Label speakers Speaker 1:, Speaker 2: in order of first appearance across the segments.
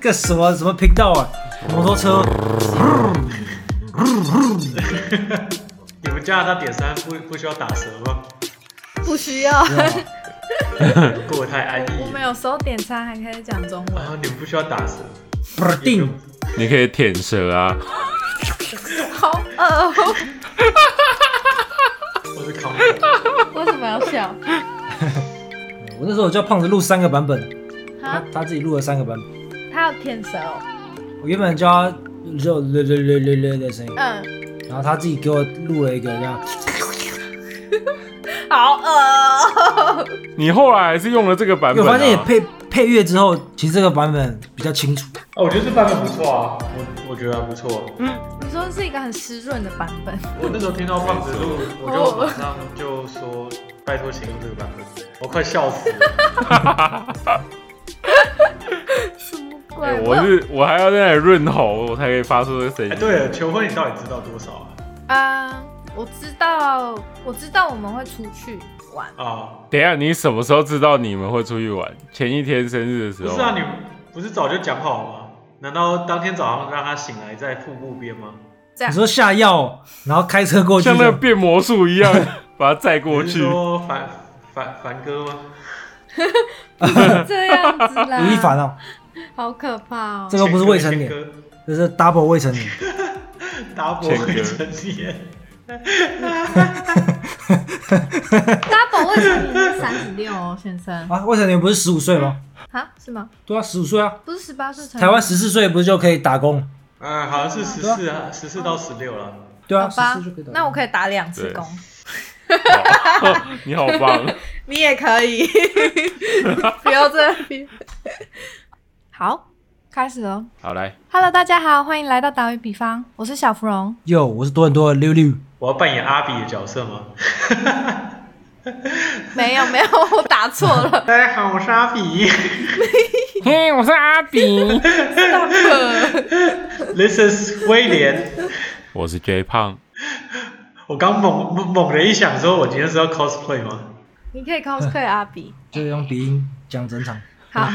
Speaker 1: 个什么什么频道啊？摩托车
Speaker 2: 你们加拿大点三不不需要打折吗？
Speaker 3: 不需要。
Speaker 2: 过得太安
Speaker 3: 我
Speaker 2: 逸
Speaker 3: 们
Speaker 2: 了。
Speaker 3: 有时候点餐还可以讲中文。
Speaker 2: 啊，你们不需要打折，
Speaker 1: 不是定，
Speaker 4: 你可以舔舌啊，
Speaker 3: 好饿哦！
Speaker 2: 我是考虑。
Speaker 3: 为什么要笑？
Speaker 1: 我那时候我叫胖子录三个版本，他
Speaker 3: 啊，
Speaker 1: 他自己录了三个版本。
Speaker 3: 他要舔舌哦。
Speaker 1: 我原本叫他就略略略略略的声音，
Speaker 3: 嗯，
Speaker 1: 然后他自己给我录了一个这样。
Speaker 3: 好饿哦。
Speaker 4: 你后来还是用了这个版
Speaker 1: 因为
Speaker 4: 本、
Speaker 1: 我
Speaker 4: 啊。
Speaker 1: 发现你配配乐之后，其实这个版本比较清楚。
Speaker 2: 啊，我觉得这版本不错啊，我我觉得还不错。
Speaker 1: 嗯
Speaker 3: 你说是一个很湿润的版本，
Speaker 2: 我那时候听到胖子录，我就马上就说拜托请用这个版本，我快笑死了。
Speaker 3: 什么鬼？
Speaker 4: 哎我是我还要在那里润喉，我才可以发出这
Speaker 1: 嗯
Speaker 4: 个声
Speaker 2: 哎，
Speaker 4: 音。
Speaker 2: 对了，求婚你到底知道多少
Speaker 3: 啊、我知道，我知道我们会出去玩。
Speaker 2: 啊？啊，
Speaker 4: 等一下，你什么时候知道你们会出去玩？前一天生日的时
Speaker 2: 不
Speaker 4: 候。
Speaker 2: 是啊，你不是早就讲好了吗？难道当天早上让他醒来在瀑布边吗？
Speaker 3: 这样
Speaker 1: 你说下药，然后开车过去
Speaker 4: 像
Speaker 1: 这
Speaker 4: 那个
Speaker 1: 样，
Speaker 4: 变魔术 一样，把它载过
Speaker 2: 你
Speaker 4: 去
Speaker 2: 是。说凡凡凡哥吗？
Speaker 3: 这样子啦，
Speaker 1: 吴亦凡哦，
Speaker 3: 好可怕哦
Speaker 1: 这！个不是未成
Speaker 2: 前
Speaker 1: 年
Speaker 2: 哥，，
Speaker 1: 这是 double 未成年。
Speaker 2: 达波
Speaker 4: 前哥
Speaker 2: 未成年，
Speaker 3: double 为什么你是三十六哦，先生？
Speaker 1: 啊，未成年不是十五岁吗？
Speaker 3: 啊，是吗？
Speaker 1: 对啊，十五岁啊。
Speaker 3: 不是十八岁成
Speaker 1: 台湾十四岁不是就可以打工？
Speaker 2: 嗯，好像是十四啊，十四到十六了。
Speaker 1: 对啊，
Speaker 3: 好
Speaker 1: 十
Speaker 3: 吧
Speaker 1: 四就可以打工。
Speaker 3: 那我可以打两次
Speaker 4: 对
Speaker 3: 工，
Speaker 4: 哇 你好棒！
Speaker 3: 你也可以，不要这边。好，开始喽。
Speaker 4: 好来，
Speaker 3: Hello，大家好，欢迎来到岛屿比方，我是小芙蓉。
Speaker 1: 哟，我是多伦多的溜溜，
Speaker 2: 我要扮演阿比的角色吗？
Speaker 3: 没有没有，我打错了，
Speaker 2: 大家好，我是阿比。
Speaker 4: 嘿，我是阿比，
Speaker 3: 大可
Speaker 2: This is 威廉。
Speaker 4: 我是 J 胖，
Speaker 2: 我刚猛猛猛的一想，说我今天是要 cosplay 吗？
Speaker 3: 你可以 cosplay 阿比。
Speaker 1: 就是用鼻音讲整场。
Speaker 3: 好，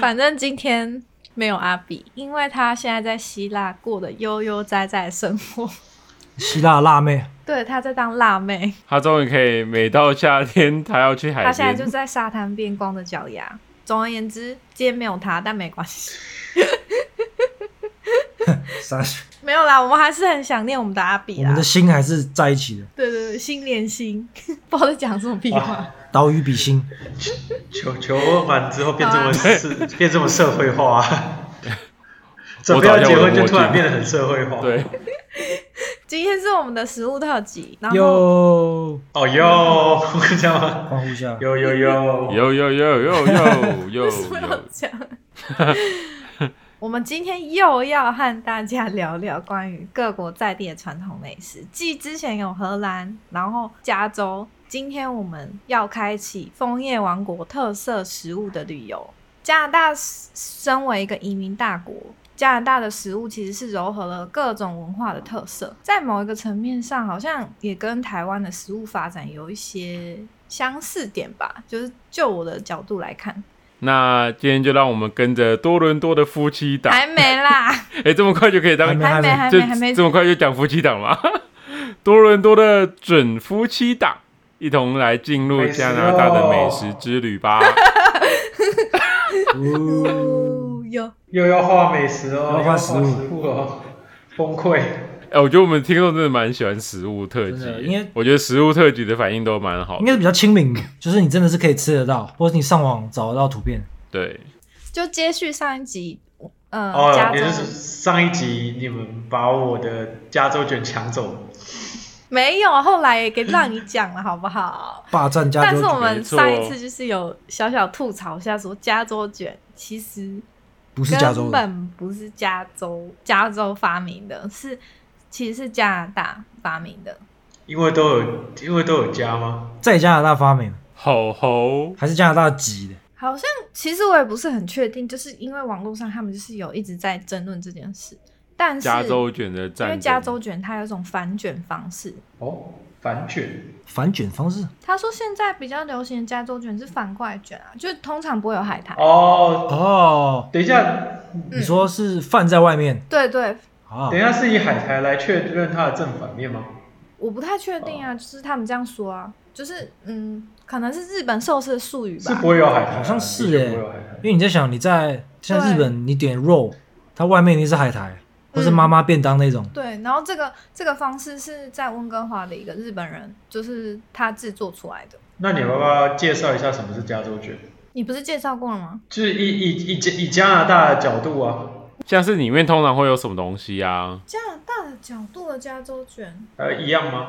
Speaker 3: 反正今天没有阿比，因为他现在在希腊过得悠悠哉哉的生活。
Speaker 1: 希腊辣妹，
Speaker 3: 对，他在当辣妹，
Speaker 4: 他终于可以每到夏天，他要去海
Speaker 3: 他
Speaker 4: 边。
Speaker 3: 现在就在沙滩边光着脚丫。总而言之，今天没有他，但没关系，
Speaker 1: 傻笑
Speaker 3: 没有啦，我们还是很想念我们的阿比
Speaker 1: 我
Speaker 3: 啦
Speaker 1: 们的。心还是在一起的，
Speaker 3: 对对对，心连 心，不知道在讲什么屁话。
Speaker 1: 岛屿比心。
Speaker 2: 求求婚完之后变这
Speaker 1: 啊
Speaker 2: 么是、变这么社会 化、准备
Speaker 4: 找
Speaker 2: 要
Speaker 4: 一下
Speaker 2: 结
Speaker 4: 我的
Speaker 2: 婚就
Speaker 4: 墨
Speaker 2: 突然
Speaker 4: 镜
Speaker 2: 变得很社会化。，
Speaker 4: 对，
Speaker 3: 今天是我们的食物特辑，然后
Speaker 1: 哟，
Speaker 2: 哦哟，会这样吗？
Speaker 1: 欢呼一下。
Speaker 2: 有有有，
Speaker 4: 有有有有有 有
Speaker 3: 为什么要
Speaker 4: 有，
Speaker 3: 讲？ 我们今天又要和大家聊聊关于各国在地的传统美食，继之前有荷兰，然后加州，今天我们要开启枫叶王国特色食物的旅游。加拿大身为一个移民大国，加拿大的食物其实是糅合了各种文化的特色，在某一个层面上，好像也跟台湾的食物发展有一些相似点吧。就是就我的角度来看，
Speaker 4: 那今天就让我们跟着多伦多的夫妻档，
Speaker 3: 还没 啦，
Speaker 4: 哎，这么快就可以当
Speaker 1: 还没
Speaker 3: 还没，哎还
Speaker 4: 就
Speaker 3: 没，还没
Speaker 4: 这。么快就讲夫妻档吗？ 多伦多的准夫妻档，一同来进入
Speaker 2: 美食
Speaker 4: 加拿大的美
Speaker 2: 哦
Speaker 4: 食之旅 吧。
Speaker 1: 哦
Speaker 3: 哦哟，
Speaker 2: 又要画美食哦，
Speaker 1: 要画食物
Speaker 2: 又要食物哦，崩溃。
Speaker 4: 哎、我觉得我们听众真的蛮喜欢食物特辑
Speaker 1: 真的
Speaker 4: 耶，
Speaker 1: 因为
Speaker 4: 我觉得食物特辑的反应都蛮
Speaker 1: 应
Speaker 4: 好的。
Speaker 1: 该是比较亲民，就是你真的是可以吃得到，或者你上网找得到图片。
Speaker 4: 对，
Speaker 3: 就接续上一集，呃，
Speaker 2: 哦
Speaker 3: 加，州
Speaker 2: 也就是上一集你们把我的加州卷抢走，
Speaker 3: 没有，后来也给让你讲了，好不好？
Speaker 1: 霸占 加
Speaker 3: 但
Speaker 1: 州
Speaker 3: 是我
Speaker 1: 卷
Speaker 3: 们
Speaker 4: 没错
Speaker 3: 上一次就是有小小吐槽一下，说加州卷其实
Speaker 1: 不是加州的，
Speaker 3: 根本不是加州加州发明的，是其实是加拿大发明的。
Speaker 2: 因为都有因为都有加吗？
Speaker 1: 在加拿大发明的，
Speaker 4: 吼吼，
Speaker 1: 还是加拿大籍的？
Speaker 3: 好像其实我也不是很确定，就是因为网络上他们就是有一直在争论这件事，但是
Speaker 4: 加州卷的
Speaker 3: 因
Speaker 4: 战
Speaker 3: 为
Speaker 4: 争，
Speaker 3: 加州卷它有一种反卷方式，
Speaker 2: 哦，反卷
Speaker 1: 反卷方式
Speaker 3: 他说现在比较流行的加州卷是反过来卷啊，就是通常不会有海苔。
Speaker 2: 哦。
Speaker 1: 哦，
Speaker 2: 等一下，
Speaker 1: 你说是饭在外面
Speaker 3: 对对，
Speaker 1: 啊
Speaker 2: 等一？下是以海苔来确认它的正反面吗？
Speaker 3: 我不太确定啊，就是他们这样说啊，就是嗯，可能是日本寿司的术语
Speaker 2: 是
Speaker 3: 吧
Speaker 2: 不。会有海苔啊，
Speaker 1: 好像是
Speaker 2: 的确
Speaker 1: 哎
Speaker 2: 不会有海苔。
Speaker 1: 因为你在想你在像
Speaker 3: 对
Speaker 1: 日本，你点肉，它外面一定是海苔，或是
Speaker 3: 嗯
Speaker 1: 妈妈便当那种。
Speaker 3: 对，然后这个这个方式是在温哥华的一个日本人，就是他制作出来的。
Speaker 2: 那你要不要介绍一下什么是加州卷？
Speaker 3: 你不是介绍过了吗？
Speaker 2: 就是以以以加以加拿大的角度啊，
Speaker 4: 像是里面通常会有什么东西啊？
Speaker 3: 加拿大的角度的加州卷
Speaker 2: 呃，一样吗？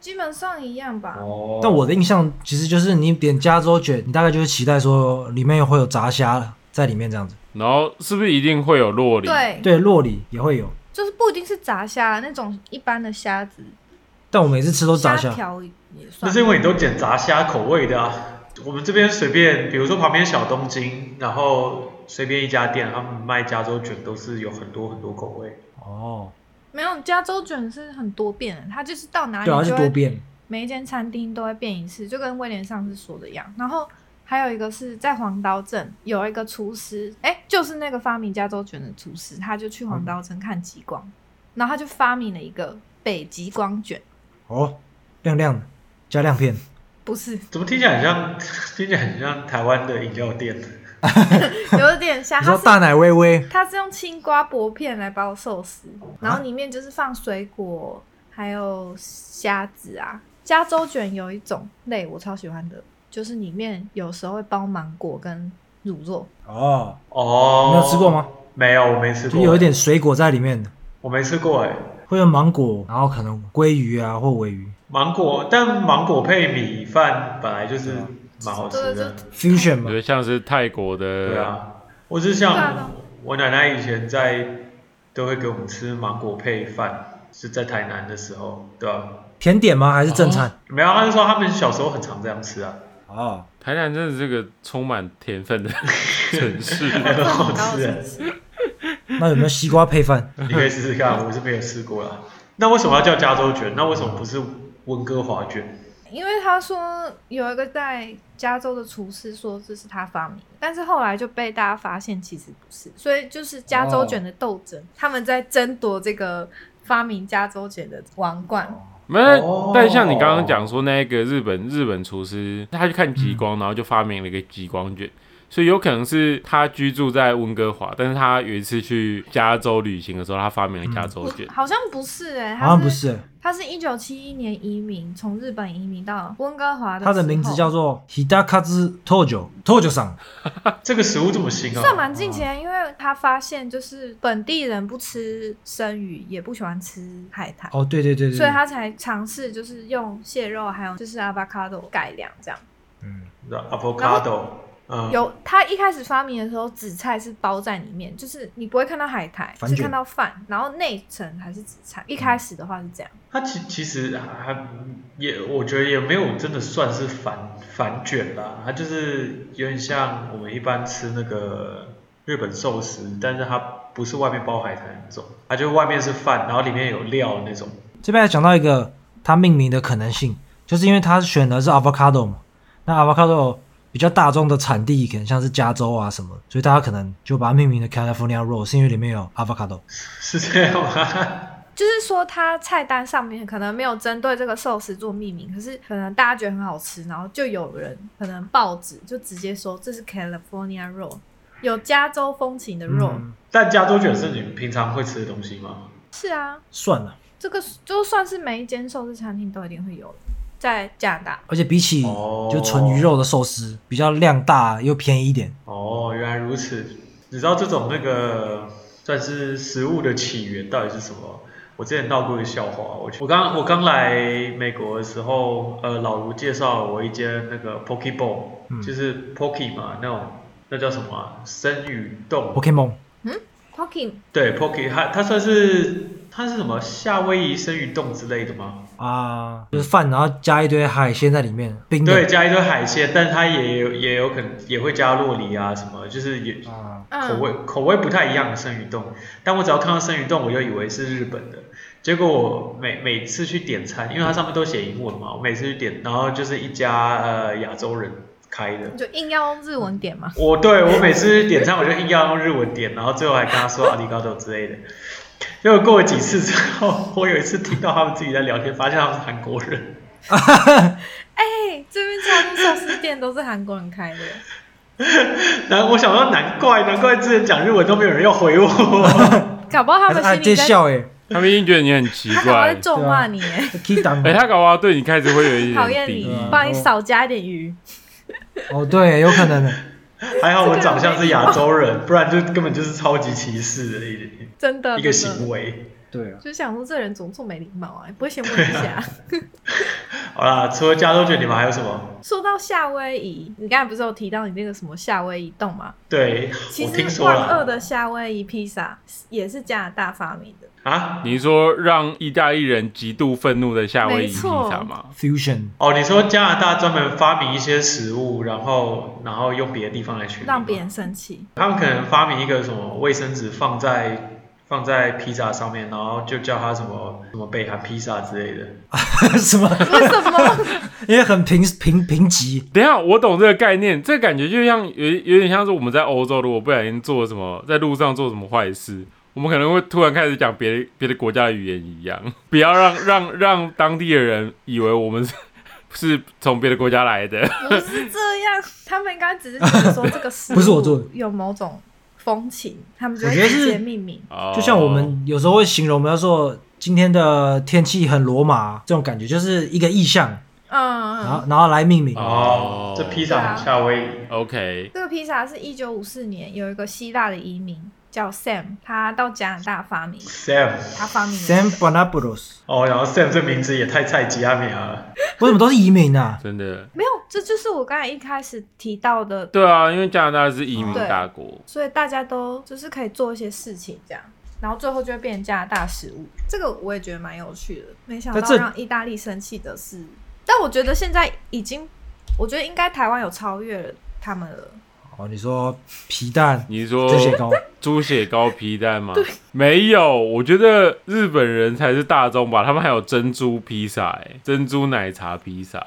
Speaker 3: 基本上一样吧。
Speaker 2: 哦
Speaker 1: 但我的印象其实就是你点加州卷，你大概就是期待说里面会有炸虾在里面这样子。
Speaker 4: 然后是不是一定会有洛梨？
Speaker 3: 对，
Speaker 1: 对，洛里也会有，
Speaker 3: 就是不一定是炸虾那种一般的虾子，
Speaker 1: 但我每次吃都炸虾。
Speaker 3: 条也算。
Speaker 2: 那是因为你都点炸虾口味的啊。我们这边随便，比如说旁边小东京，然后随便一家店，他们卖加州卷都是有很多很多口味。
Speaker 1: 哦，
Speaker 3: 没有，加州卷是很多变的，它就是到哪里
Speaker 1: 对啊，它
Speaker 3: 就
Speaker 1: 就多
Speaker 3: 会，
Speaker 1: 变。
Speaker 3: 每一间餐厅都会变一次，就跟威廉上次说的一样。然后还有一个是在黄刀镇有一个厨师，哎，就是那个发明加州卷的厨师，他就去黄刀镇看极光，然后他就发明了一个北极光卷，
Speaker 1: 哦，亮亮的，加亮
Speaker 3: 啊
Speaker 1: 片。
Speaker 3: 不 是
Speaker 2: 怎么听起来很像？ 听起来很像台湾的饮料店。
Speaker 3: 有点像，
Speaker 1: 你说
Speaker 3: 它
Speaker 1: 大
Speaker 3: 是
Speaker 1: 奶微微，
Speaker 3: 它是用青瓜薄片来包寿司，然后里面就是放水果还有虾子啊。加州卷有一种类我超喜欢的，就是里面有时候会包芒果跟乳酪。
Speaker 1: 哦，
Speaker 2: 哦，
Speaker 1: 你有吃过吗？
Speaker 2: 没有，我没吃
Speaker 1: 就
Speaker 2: 过。啊
Speaker 1: 有一，点水果在里面的，
Speaker 2: 我没吃过哎、
Speaker 1: 会有芒果，然后可能鲑鱼啊或尾鱼
Speaker 2: 芒果，但芒果配米饭本来就是
Speaker 1: 啊
Speaker 2: 蛮好吃
Speaker 3: 对，啊
Speaker 2: 的。
Speaker 3: 就
Speaker 1: fusion
Speaker 4: 我
Speaker 1: 嘛
Speaker 4: 觉。得像是泰国的，
Speaker 2: 对啊，我只是
Speaker 3: 对啊对啊
Speaker 2: 像我奶奶以前在都会给我们吃芒果配饭，是在台南的时候，对啊吧、
Speaker 1: 甜点吗？还是正餐？
Speaker 2: 没有，他就说他们小时候很常这样吃啊，
Speaker 1: 哦，
Speaker 4: 台南真的是个充满甜分的 城市。
Speaker 2: 很好
Speaker 3: 很高
Speaker 2: 吃
Speaker 3: 层
Speaker 2: 欸
Speaker 3: 次。
Speaker 1: 那有没有西瓜配饭？
Speaker 2: 你可以试试看，我是没有试过啦。那为什么要叫加州卷？那为什么不是温哥华卷？
Speaker 3: 因为他说有一个在加州的厨师说这是他发明的，但是后来就被大家发现其实不是，所以就是加州卷的斗争，他们在争夺这个发明加州卷的王冠。
Speaker 4: 没有，
Speaker 2: 哦
Speaker 4: 但像你刚刚讲说那个日本日本厨师，他去看极光，然后就发明了一个极光卷，所以有可能是他居住在温哥华，但是他有一次去加州旅行的时候，他发明了加州卷。
Speaker 3: 好像不是哎、欸，
Speaker 1: 好像
Speaker 3: 他
Speaker 1: 不
Speaker 3: 是，
Speaker 1: 是，
Speaker 3: 他是一九七一年移民，从日本移民到温哥华的时
Speaker 1: 它
Speaker 3: 候。
Speaker 1: 的名字叫做 Hidakazu Tojo Tojo 上。
Speaker 2: 这个食物这么新
Speaker 3: 算
Speaker 2: 啊？
Speaker 3: 蛮近前，因为他发现就是本地人不吃生鱼，也不喜欢吃海苔。
Speaker 1: 哦，对对对对，
Speaker 3: 所以他才尝试就是用蟹肉还有就是 avocado 改良这样。
Speaker 1: 嗯，
Speaker 2: 对吧 avocado，嗯，
Speaker 3: 有他一开始发明的时候，紫菜是包在里面，就是你不会看到海苔，
Speaker 1: 反
Speaker 3: 是
Speaker 1: 卷
Speaker 3: 看到饭，然后内层还是紫菜。一开始的话是这样，
Speaker 2: 它其其实还也，我觉得也没有真的算是反反卷啦，它就是有点像我们一般吃那个日本寿司，但是它不是外面包海苔那种，它就外面是饭，然后里面有料那种。
Speaker 1: 这边还讲到一个它命名的可能性，就是因为它选的是 avocado 嘛，那 avocado 比较大众的产地可能像是加州啊什么，所以大家可能就把它命名的 California roll，是因为里面有 avocado。
Speaker 2: 是这样吗？
Speaker 3: 就是说它菜单上面可能没有针对这个寿司做命名，可是可能大家觉得很好吃，然后就有人可能报纸就直接说这是 California roll，有加州风情的 roll。
Speaker 1: 嗯，
Speaker 2: 但加州卷是你平常会吃的东西吗？
Speaker 3: 是啊，
Speaker 1: 算了。
Speaker 3: 这个就算是每一间寿司餐厅都一定会有的，在加拿大。
Speaker 1: 而且比起
Speaker 2: 哦
Speaker 1: 就纯鱼肉的寿司，比较量大又便宜一点。
Speaker 2: 哦，原来如此。你知道这种那个算是食物的起源到底是什么？我之前闹过一个笑话，我去我刚我刚来美国的时候，呃，老卢介绍了我一间那个 Poke Bowl，、
Speaker 1: 嗯
Speaker 2: 就是 Poke 嘛，那种那叫什么、啊、生鱼冻？
Speaker 1: Pokemon
Speaker 3: Pocky
Speaker 2: 对 Poke，它它算是它是什么夏威夷生鱼冻之类的吗？
Speaker 1: 啊、啊，就是饭，然后加一堆海鲜在里面，冰
Speaker 2: 对，
Speaker 1: 的
Speaker 2: 加一堆海鲜，但它也有也有可能也会加洛梨啊什么，就是也
Speaker 1: 啊，
Speaker 2: 口
Speaker 3: 嗯，
Speaker 2: 味口味不太一样的生鱼冻，但我只要看到生鱼冻，我就以为是日本的。结果我每每次去点餐，因为它上面都写英文嘛，我每次去点，然后就是一家呃亚洲人开的。
Speaker 3: 你嗯就硬要用日文点嘛。
Speaker 2: 我对我每次去点餐，我就硬要用日文点，然后最后还跟他说阿里高多之类的。结果过了几次之后，我有一次听到他们自己在聊天，发现他们是韩国人。
Speaker 3: 哎、这边超多寿司店都是韩国人开的，
Speaker 2: 难，我想说难怪，难怪之前讲日文都没有人要回我。
Speaker 3: 搞不好他
Speaker 1: 还是
Speaker 3: 们
Speaker 1: 按
Speaker 3: 心里
Speaker 1: 揭
Speaker 3: 在，
Speaker 1: 笑哎，
Speaker 4: 他们一定觉得你很奇
Speaker 3: 他搞不好在
Speaker 4: 怪。
Speaker 3: 咒骂你耶，
Speaker 1: k 档
Speaker 4: 哎、他搞不好对你开始会有一
Speaker 3: 讨
Speaker 4: 点
Speaker 3: 厌
Speaker 4: 敌意
Speaker 3: 你。
Speaker 1: 嗯，
Speaker 3: 帮你少加一点鱼。
Speaker 1: 哦，对，有可能的，
Speaker 2: 还好我长相是亚洲人，不然就根本就是超级歧视的一点。
Speaker 3: 真的，
Speaker 2: 一个
Speaker 3: 啊真的
Speaker 2: 行为。
Speaker 1: 对啊，
Speaker 3: 就想说这人怎么这么没礼貌啊？不会先问 一下？
Speaker 2: 好啦，除了加州卷，你们还有什么？
Speaker 3: 说到夏威夷，你刚才不是有提到你那个什么夏威夷冻吗？
Speaker 2: 对，
Speaker 3: 其
Speaker 2: 我听
Speaker 3: 实
Speaker 2: 说
Speaker 3: 万恶
Speaker 2: 了
Speaker 3: 的夏威夷披萨也是加拿大发明的，
Speaker 2: 啊。
Speaker 4: 你说让意大利人极度愤怒的夏威夷披萨吗？
Speaker 1: fusion
Speaker 2: 哦，你说加拿大专门发明一些食物，然后然后用别的地方来取名吗
Speaker 3: 让别人生气。
Speaker 2: 他们可能发明一个什么卫生纸放在放在披萨上面，然后就叫它什么什么北韩披萨之类的。
Speaker 1: 什么？
Speaker 3: 为什么？
Speaker 1: 因为很贫贫贫瘠，
Speaker 4: 等一下，我懂这个概念，这感觉就像有有点像是我们在欧洲，如果不小心做什么，在路上做什么坏事，我们可能会突然开始讲别的别的国家的语言一样，不要让让让当地的人以为我们是是从别的国家来的。
Speaker 3: 不是这样，他们应该只是觉得说这个食物
Speaker 1: 不是我做的
Speaker 3: 有某种风情，他们就
Speaker 1: 我觉
Speaker 3: 会
Speaker 1: 得是
Speaker 3: 直接命名。
Speaker 4: 哦
Speaker 1: 就像我们有时候会形容，我们要说今天的天气很罗马这种感觉，就是一个意象，
Speaker 3: 嗯
Speaker 1: 然
Speaker 3: 嗯，
Speaker 1: 后然后来命名。
Speaker 2: 哦，这披萨
Speaker 3: 啊
Speaker 2: 很夏威夷。
Speaker 4: 哦 OK，
Speaker 3: 这个披萨是一九五四年有一个希腊的移民叫 Sam，他到加拿大发明，
Speaker 2: Sam，
Speaker 3: 他发明了这
Speaker 1: Sam
Speaker 3: 个
Speaker 1: Bonapros，
Speaker 2: 哦，然后 Sam 这名字也太菜鸡阿米了。
Speaker 1: 为什么都是移民啊？
Speaker 4: 真的，
Speaker 3: 没有，这就是我刚才一开始提到的，
Speaker 4: 对啊，因为加拿大是移民大国，
Speaker 3: 所以大家都就是可以做一些事情这样，然后最后就会变成加拿大食物。这个我也觉得蛮有趣的，没想
Speaker 1: 但
Speaker 3: 到
Speaker 1: 这
Speaker 3: 让意大利生气的是，但我觉得现在已经，我觉得应该台湾有超越了他们了。
Speaker 1: 哦，你说皮蛋、
Speaker 4: 你
Speaker 2: 哦
Speaker 4: 说
Speaker 1: 猪血糕，
Speaker 4: 猪血糕皮蛋吗？没有，我觉得日本人才是大宗吧，他们还有珍珠披萨、欸，珍珠奶茶披萨。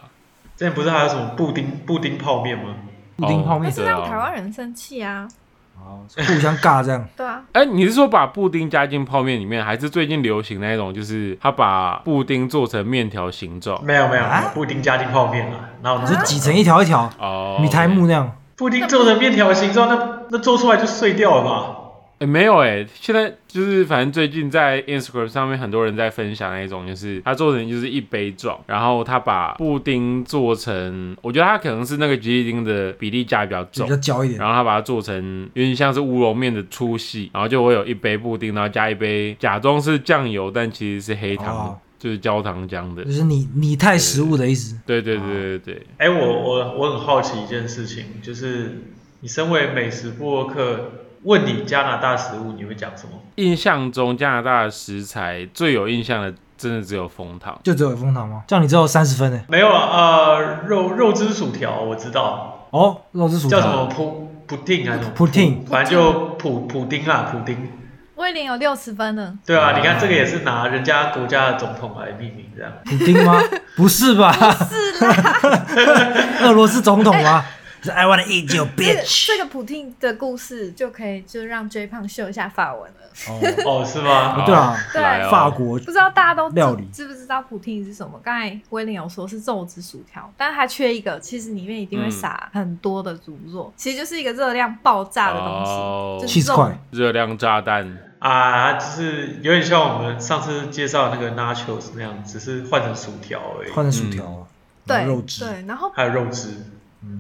Speaker 2: 之前不是还有什么布丁布丁泡面吗？
Speaker 1: 布丁泡
Speaker 3: 但
Speaker 2: 哦
Speaker 1: 面
Speaker 4: 对
Speaker 3: 是
Speaker 4: 啊
Speaker 3: 让台湾人生气啊，
Speaker 1: 哦，互相尬这样。
Speaker 3: 对啊，
Speaker 4: 哎、你是说把布丁加进泡面里面，还是最近流行那一种，就是他把布丁做成面条形状？
Speaker 2: 没有没有，
Speaker 1: 啊
Speaker 2: 没有布丁加进泡面了。然后
Speaker 1: 你是挤成一条一条
Speaker 4: 哦，
Speaker 1: 嗯米苔木那样，
Speaker 2: 布丁做成面条形状，那那做出来就碎掉了吧？
Speaker 4: 哎、没有哎、现在就是反正最近在 Instagram 上面很多人在分享那一种，就是他做成就是一杯状，然后他把布丁做成，我觉得他可能是那个吉利丁的比例加得比较
Speaker 1: 就
Speaker 4: 重
Speaker 1: 比较，焦一点。
Speaker 2: 哦
Speaker 4: 然后他把它做成有点像是乌龙面的粗细，然后就会有一杯布丁，然后加一杯假装是酱油，但其实是黑糖的，
Speaker 1: 哦
Speaker 4: 就是焦糖浆的
Speaker 1: 就。是你你太食物的意思。
Speaker 4: 对对对对对，
Speaker 2: 哎、我我我很好奇一件事情，就是你身为美食布洛克，问你加拿大食物，你会讲什么？
Speaker 4: 印象中加拿大的食材最有印象的，真的只有枫糖。
Speaker 1: 就只有枫糖吗？这样你只有三十分呢。
Speaker 2: 没有啊，呃，肉肉汁薯条我知道，
Speaker 1: 哦，肉汁薯
Speaker 2: 叫什么
Speaker 1: 条，
Speaker 2: 普普丁还是什么？
Speaker 1: 普丁
Speaker 2: 反正就普普丁啊，普丁。
Speaker 3: 威廉有六十分呢，
Speaker 2: 对
Speaker 4: 啊
Speaker 2: 啊，你看这个也是拿人家国家的总统来命名这样。
Speaker 1: 普丁 吗？不是吧？
Speaker 3: 是啦，
Speaker 1: 俄罗斯总统吗？是 I wanna eat you
Speaker 3: 这个
Speaker 1: bitch。
Speaker 3: 这个普汀的故事就可以就让 J 胖秀一下法文了。
Speaker 1: 哦，
Speaker 2: 哦，是吗？
Speaker 1: 哦对啊，
Speaker 3: 对
Speaker 2: 哎
Speaker 4: 来哦
Speaker 1: 法国
Speaker 3: 不知道大家都知
Speaker 1: 料理
Speaker 3: 知不知道普汀是什么？刚才威廉有说是肉汁薯条，但它缺一个，其实里面一定会撒很多的乳酪，其实就是一个热量爆炸的东西，
Speaker 4: 哦
Speaker 3: 就是
Speaker 1: cheese
Speaker 3: 肉
Speaker 1: 块，
Speaker 4: 热量炸弹，
Speaker 2: 啊，就是有点像我们上次介绍的那个 nachos 那样，只是换成薯条而已，
Speaker 1: 换成薯条，啊
Speaker 3: 对
Speaker 1: 然后肉嗯汁，
Speaker 3: 对，然后
Speaker 2: 还有肉汁。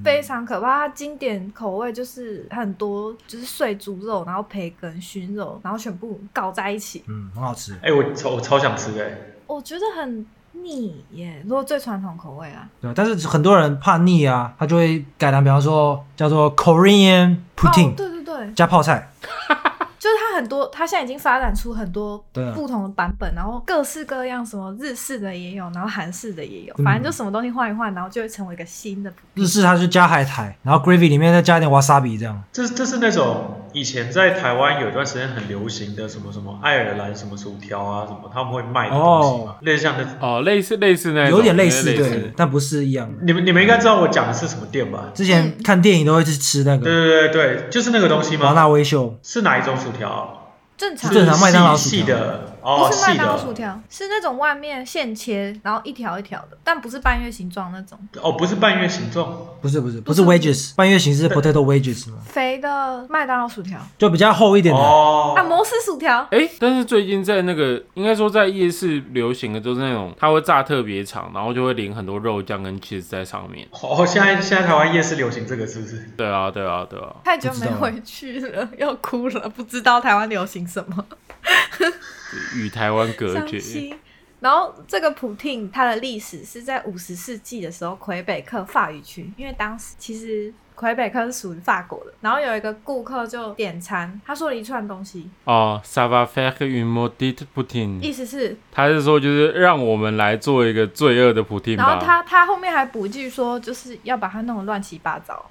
Speaker 3: 非常可怕。它经典口味就是很多，就是碎猪肉，然后培根、熏肉，然后全部搞在一起，
Speaker 1: 嗯，很好吃。
Speaker 2: 哎、我超我超想吃的、欸，
Speaker 3: 我觉得很腻耶。如果最传统口味啊啦，
Speaker 1: 对，但是很多人怕腻啊，他就会改良，比方说叫做 Korean
Speaker 3: 哦
Speaker 1: pudding，
Speaker 3: 对对对，
Speaker 1: 加泡菜。
Speaker 3: 就是它很多，它现在已经发展出很多
Speaker 1: 对啊
Speaker 3: 不同的版本，然后各式各样，什么日式的也有，然后韩式的也有，
Speaker 1: 嗯
Speaker 3: 反正就什么东西换一换，然后就会成为一个新的。
Speaker 1: 日式它就加海苔，然后 gravy 里面再加一点 wasabi 这样。
Speaker 2: 这这是那种以前在台湾有一段时间很流行的什么什么爱尔兰什么薯条啊什么，他们会卖的东西嘛，类似像那，
Speaker 4: 哦，类似类似那种
Speaker 1: 有点类似，
Speaker 4: 类
Speaker 1: 对，但不是一样。
Speaker 2: 你们你们应该知道我讲的是什么店吧？
Speaker 1: 之
Speaker 3: 嗯
Speaker 1: 前看电影都会去吃那
Speaker 2: 对啊
Speaker 1: 个
Speaker 2: 对对对，就是那个东西
Speaker 1: 华纳
Speaker 2: 吗？
Speaker 1: 威秀，
Speaker 2: 是哪一种薯条？啊
Speaker 3: 正常
Speaker 1: 是正常麦当劳薯条
Speaker 2: 细细的哦，
Speaker 3: 不是麦
Speaker 2: 细
Speaker 3: 当劳薯
Speaker 2: 的
Speaker 3: 条，是那种外面现切，然后一条一条的，但不是半月形状那种
Speaker 2: 哦，不是半月形状，
Speaker 1: 不是不是不
Speaker 3: 不
Speaker 1: 是
Speaker 3: 是
Speaker 1: wedges，半月形是 potato wedges 嘛，
Speaker 3: 肥的麦当劳薯条
Speaker 1: 就比较厚一点的。
Speaker 2: 哦
Speaker 3: 啊，，摩斯薯条。
Speaker 4: 哎、但是最近在那个，应该说在夜市流行的就是那种，它会炸特别长，然后就会淋很多肉酱跟 cheese 在上面。
Speaker 2: 哦，现在现在台湾夜市流行这个是不是？
Speaker 4: 对啊，对啊，对啊，
Speaker 3: 太久
Speaker 1: 哎不知
Speaker 3: 没
Speaker 1: 道
Speaker 3: 回去了，要哭了，不知道台湾流行什么。
Speaker 4: 与台湾 隔
Speaker 3: 伤
Speaker 4: 绝。
Speaker 3: 心。然后这个普汀它的历史是在五十世纪的时候，魁北克法语区，因为当时其实魁北克是属于法国的。然后有一个顾客就点餐，他说了一串东西，
Speaker 4: 哦 s a v a f e k u m o d i t Putin，
Speaker 3: 意思是，
Speaker 4: 他是说就是让我们来做一个罪恶的普丁
Speaker 3: 然后
Speaker 4: 吧。
Speaker 3: 他他后面还补一句说，就是要把它弄得乱七八糟。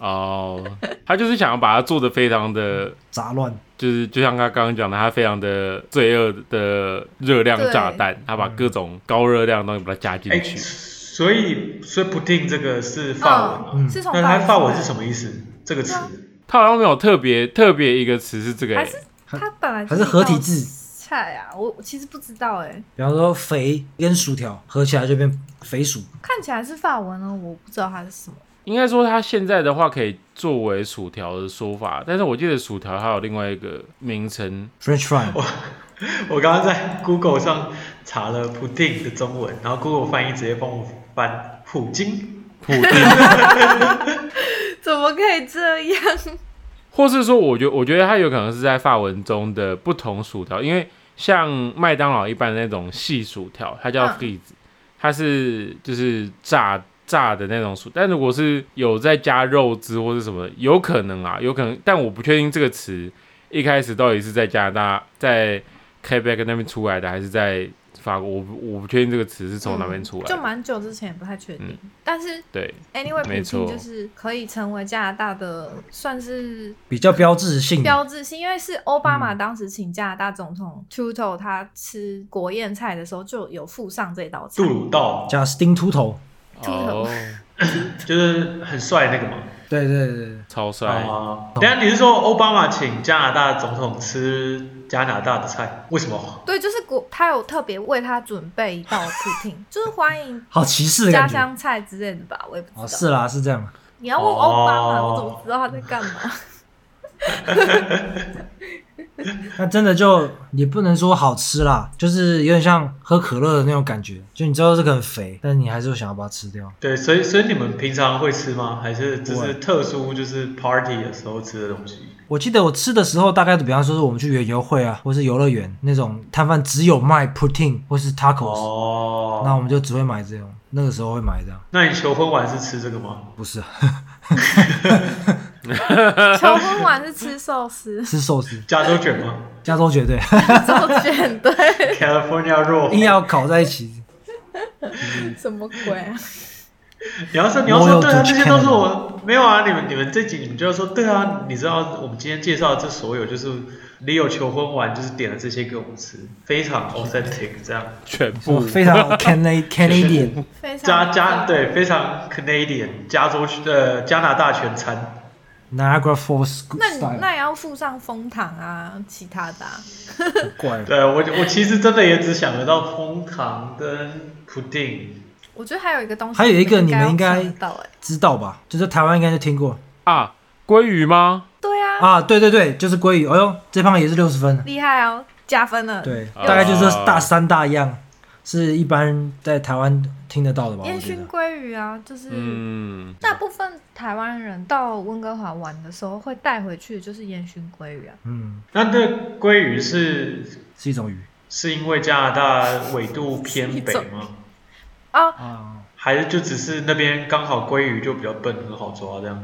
Speaker 4: 哦，他就是想要把它做的非常的，
Speaker 1: 杂乱，
Speaker 4: 就是就像他刚刚讲的，他非常的罪恶的热量炸弹，他把各种高热量的东西把它加进
Speaker 2: 哎，
Speaker 4: 去。
Speaker 2: 所以所以 pudding 这个是法文吗？
Speaker 1: 嗯
Speaker 3: 是从啊
Speaker 2: 那它
Speaker 3: 语
Speaker 2: 法文
Speaker 3: 出来
Speaker 2: 是什么意思？这个词
Speaker 4: 他好像没有特别特别一个词是这个、
Speaker 3: 还
Speaker 4: 欸
Speaker 3: 是，它本来就
Speaker 1: 还是合体
Speaker 3: 一道
Speaker 1: 字
Speaker 3: 菜啊？我我其实不知道哎、
Speaker 1: 比方说肥跟薯条合起来就变肥薯，
Speaker 3: 看起来是法文哦，我不知道它是什么。
Speaker 4: 应该说它现在的话可以作为薯条的说法，但是我记得薯条还有另外一个名称，
Speaker 1: French fry，
Speaker 2: 我刚刚在 Google 上查了 pudding 的中文，然后 Google 翻译直接帮我翻普京。
Speaker 4: 普丁，
Speaker 3: 怎么可以这样？
Speaker 4: 或是说，我觉我觉得它有可能是在法文中的不同薯条，因为像麦当劳一般的那种细薯条，它叫
Speaker 3: 嗯
Speaker 4: f r i e 它是就是炸炸的那种薯，但如果是有再加肉汁或是什么的，有可能啊，有可能，但我不确定这个词一开始到底是在加拿大在 Quebec 那边出来的，还是在法国，我不我不确定这个词是从哪边出来的
Speaker 3: 就蛮久之前，也不太确定。
Speaker 4: 嗯
Speaker 3: 但是
Speaker 4: 对，
Speaker 3: anyway，普
Speaker 4: 没错
Speaker 3: 京就是可以成为加拿大的算是
Speaker 1: 比较标志性的。
Speaker 3: 标志性，因为
Speaker 1: 嗯
Speaker 3: 是奥巴马当时请加拿大总统 Trudeau 他吃国宴菜的时候就有附上这道菜
Speaker 2: 杜。鲁道
Speaker 1: 贾斯汀秃头，
Speaker 3: 秃头
Speaker 4: 哦，
Speaker 2: 就是很帅那个嘛。
Speaker 1: 对对对对，
Speaker 4: 超帅。
Speaker 2: 啊、等一下你是说奥巴马请加拿大总统吃加拿大的菜？为什么？
Speaker 3: 对，就是国，他有特别为他准备一道普 汀，就是欢迎
Speaker 1: 好歧视的
Speaker 3: 家
Speaker 1: 感觉。
Speaker 3: 乡菜之类的吧，我也不知道。
Speaker 1: 哦，是啦，是这样。
Speaker 3: 你要问奥巴马，
Speaker 2: 哦
Speaker 3: 我怎么知道他在干嘛？
Speaker 1: 那真的就也不能说好吃啦，就是有点像喝可乐的那种感觉，就你知道这个很肥，但你还是想要把它吃掉。
Speaker 2: 对，所以所以你们平常会吃吗？还是只
Speaker 1: 不
Speaker 2: 是
Speaker 1: 会
Speaker 2: 特殊就是 party 的时候吃的东西？
Speaker 1: 我记得我吃的时候，大概比方说是我们去园游会啊，或是游乐园那种摊贩只有卖 protein 或是 tacos，、那
Speaker 2: 哦，
Speaker 1: 我们就只会买这种，那个时候会买这样，
Speaker 2: 那你求婚晚是吃这个吗？
Speaker 1: 不是啊，
Speaker 3: 求婚晚是吃寿司
Speaker 1: 吃寿司，
Speaker 2: 加州卷 吗
Speaker 1: 加州绝对
Speaker 3: 这么卷 对，
Speaker 2: ？California
Speaker 1: 硬
Speaker 2: roll？
Speaker 1: 要搞在一起。
Speaker 3: 什么鬼啊？
Speaker 2: 你要说你要说
Speaker 1: Royal
Speaker 2: 对啊，这
Speaker 1: Dutch
Speaker 2: 些都是我没有啊。你们你们这集你们就要说对啊，你知道我们今天介绍的这所有就是 Leo 求婚完就是点了这些给我们吃，非常 authentic 这样。
Speaker 4: 全部
Speaker 1: 我哦非 常 Canad Canadian，
Speaker 3: 非常
Speaker 2: 加加对，非常 Canadian，加州呃加拿大全餐，
Speaker 1: Niagara Falls
Speaker 3: 那你
Speaker 1: style，
Speaker 3: 那也要附上枫糖啊，其他的、啊。
Speaker 1: 很怪。哦
Speaker 2: 对我我其实真的也只想得到枫糖跟 pudding，
Speaker 3: 我觉得还有一个东西，
Speaker 1: 还有一个你们
Speaker 3: 们
Speaker 1: 应该
Speaker 3: 要想到哎、
Speaker 1: 知道吧？就是台湾应该就听过
Speaker 4: 啊，鲑鱼吗？
Speaker 3: 对啊，
Speaker 1: 啊，对对对，就是鲑鱼。哎呦，这胖也是六十分。
Speaker 3: 厉害哦，加分了。，
Speaker 1: 对，
Speaker 4: 啊
Speaker 1: 大概就是这大三大样，是一般在台湾听得到的吧？我
Speaker 3: 烟
Speaker 1: 觉
Speaker 3: 熏
Speaker 1: 得。
Speaker 3: 鲑鱼啊，就是。
Speaker 4: 嗯，
Speaker 3: 大部分台湾人到温哥华玩的时候会带回去，就是烟熏鲑鱼啊。
Speaker 1: 嗯，
Speaker 2: 那那鲑鱼是
Speaker 1: 是一种鱼
Speaker 2: 是因为加拿大纬度偏北吗？
Speaker 3: 哦，
Speaker 1: 啊，
Speaker 2: 还是就只是那边刚好鲑鱼就比较笨，很好抓这样？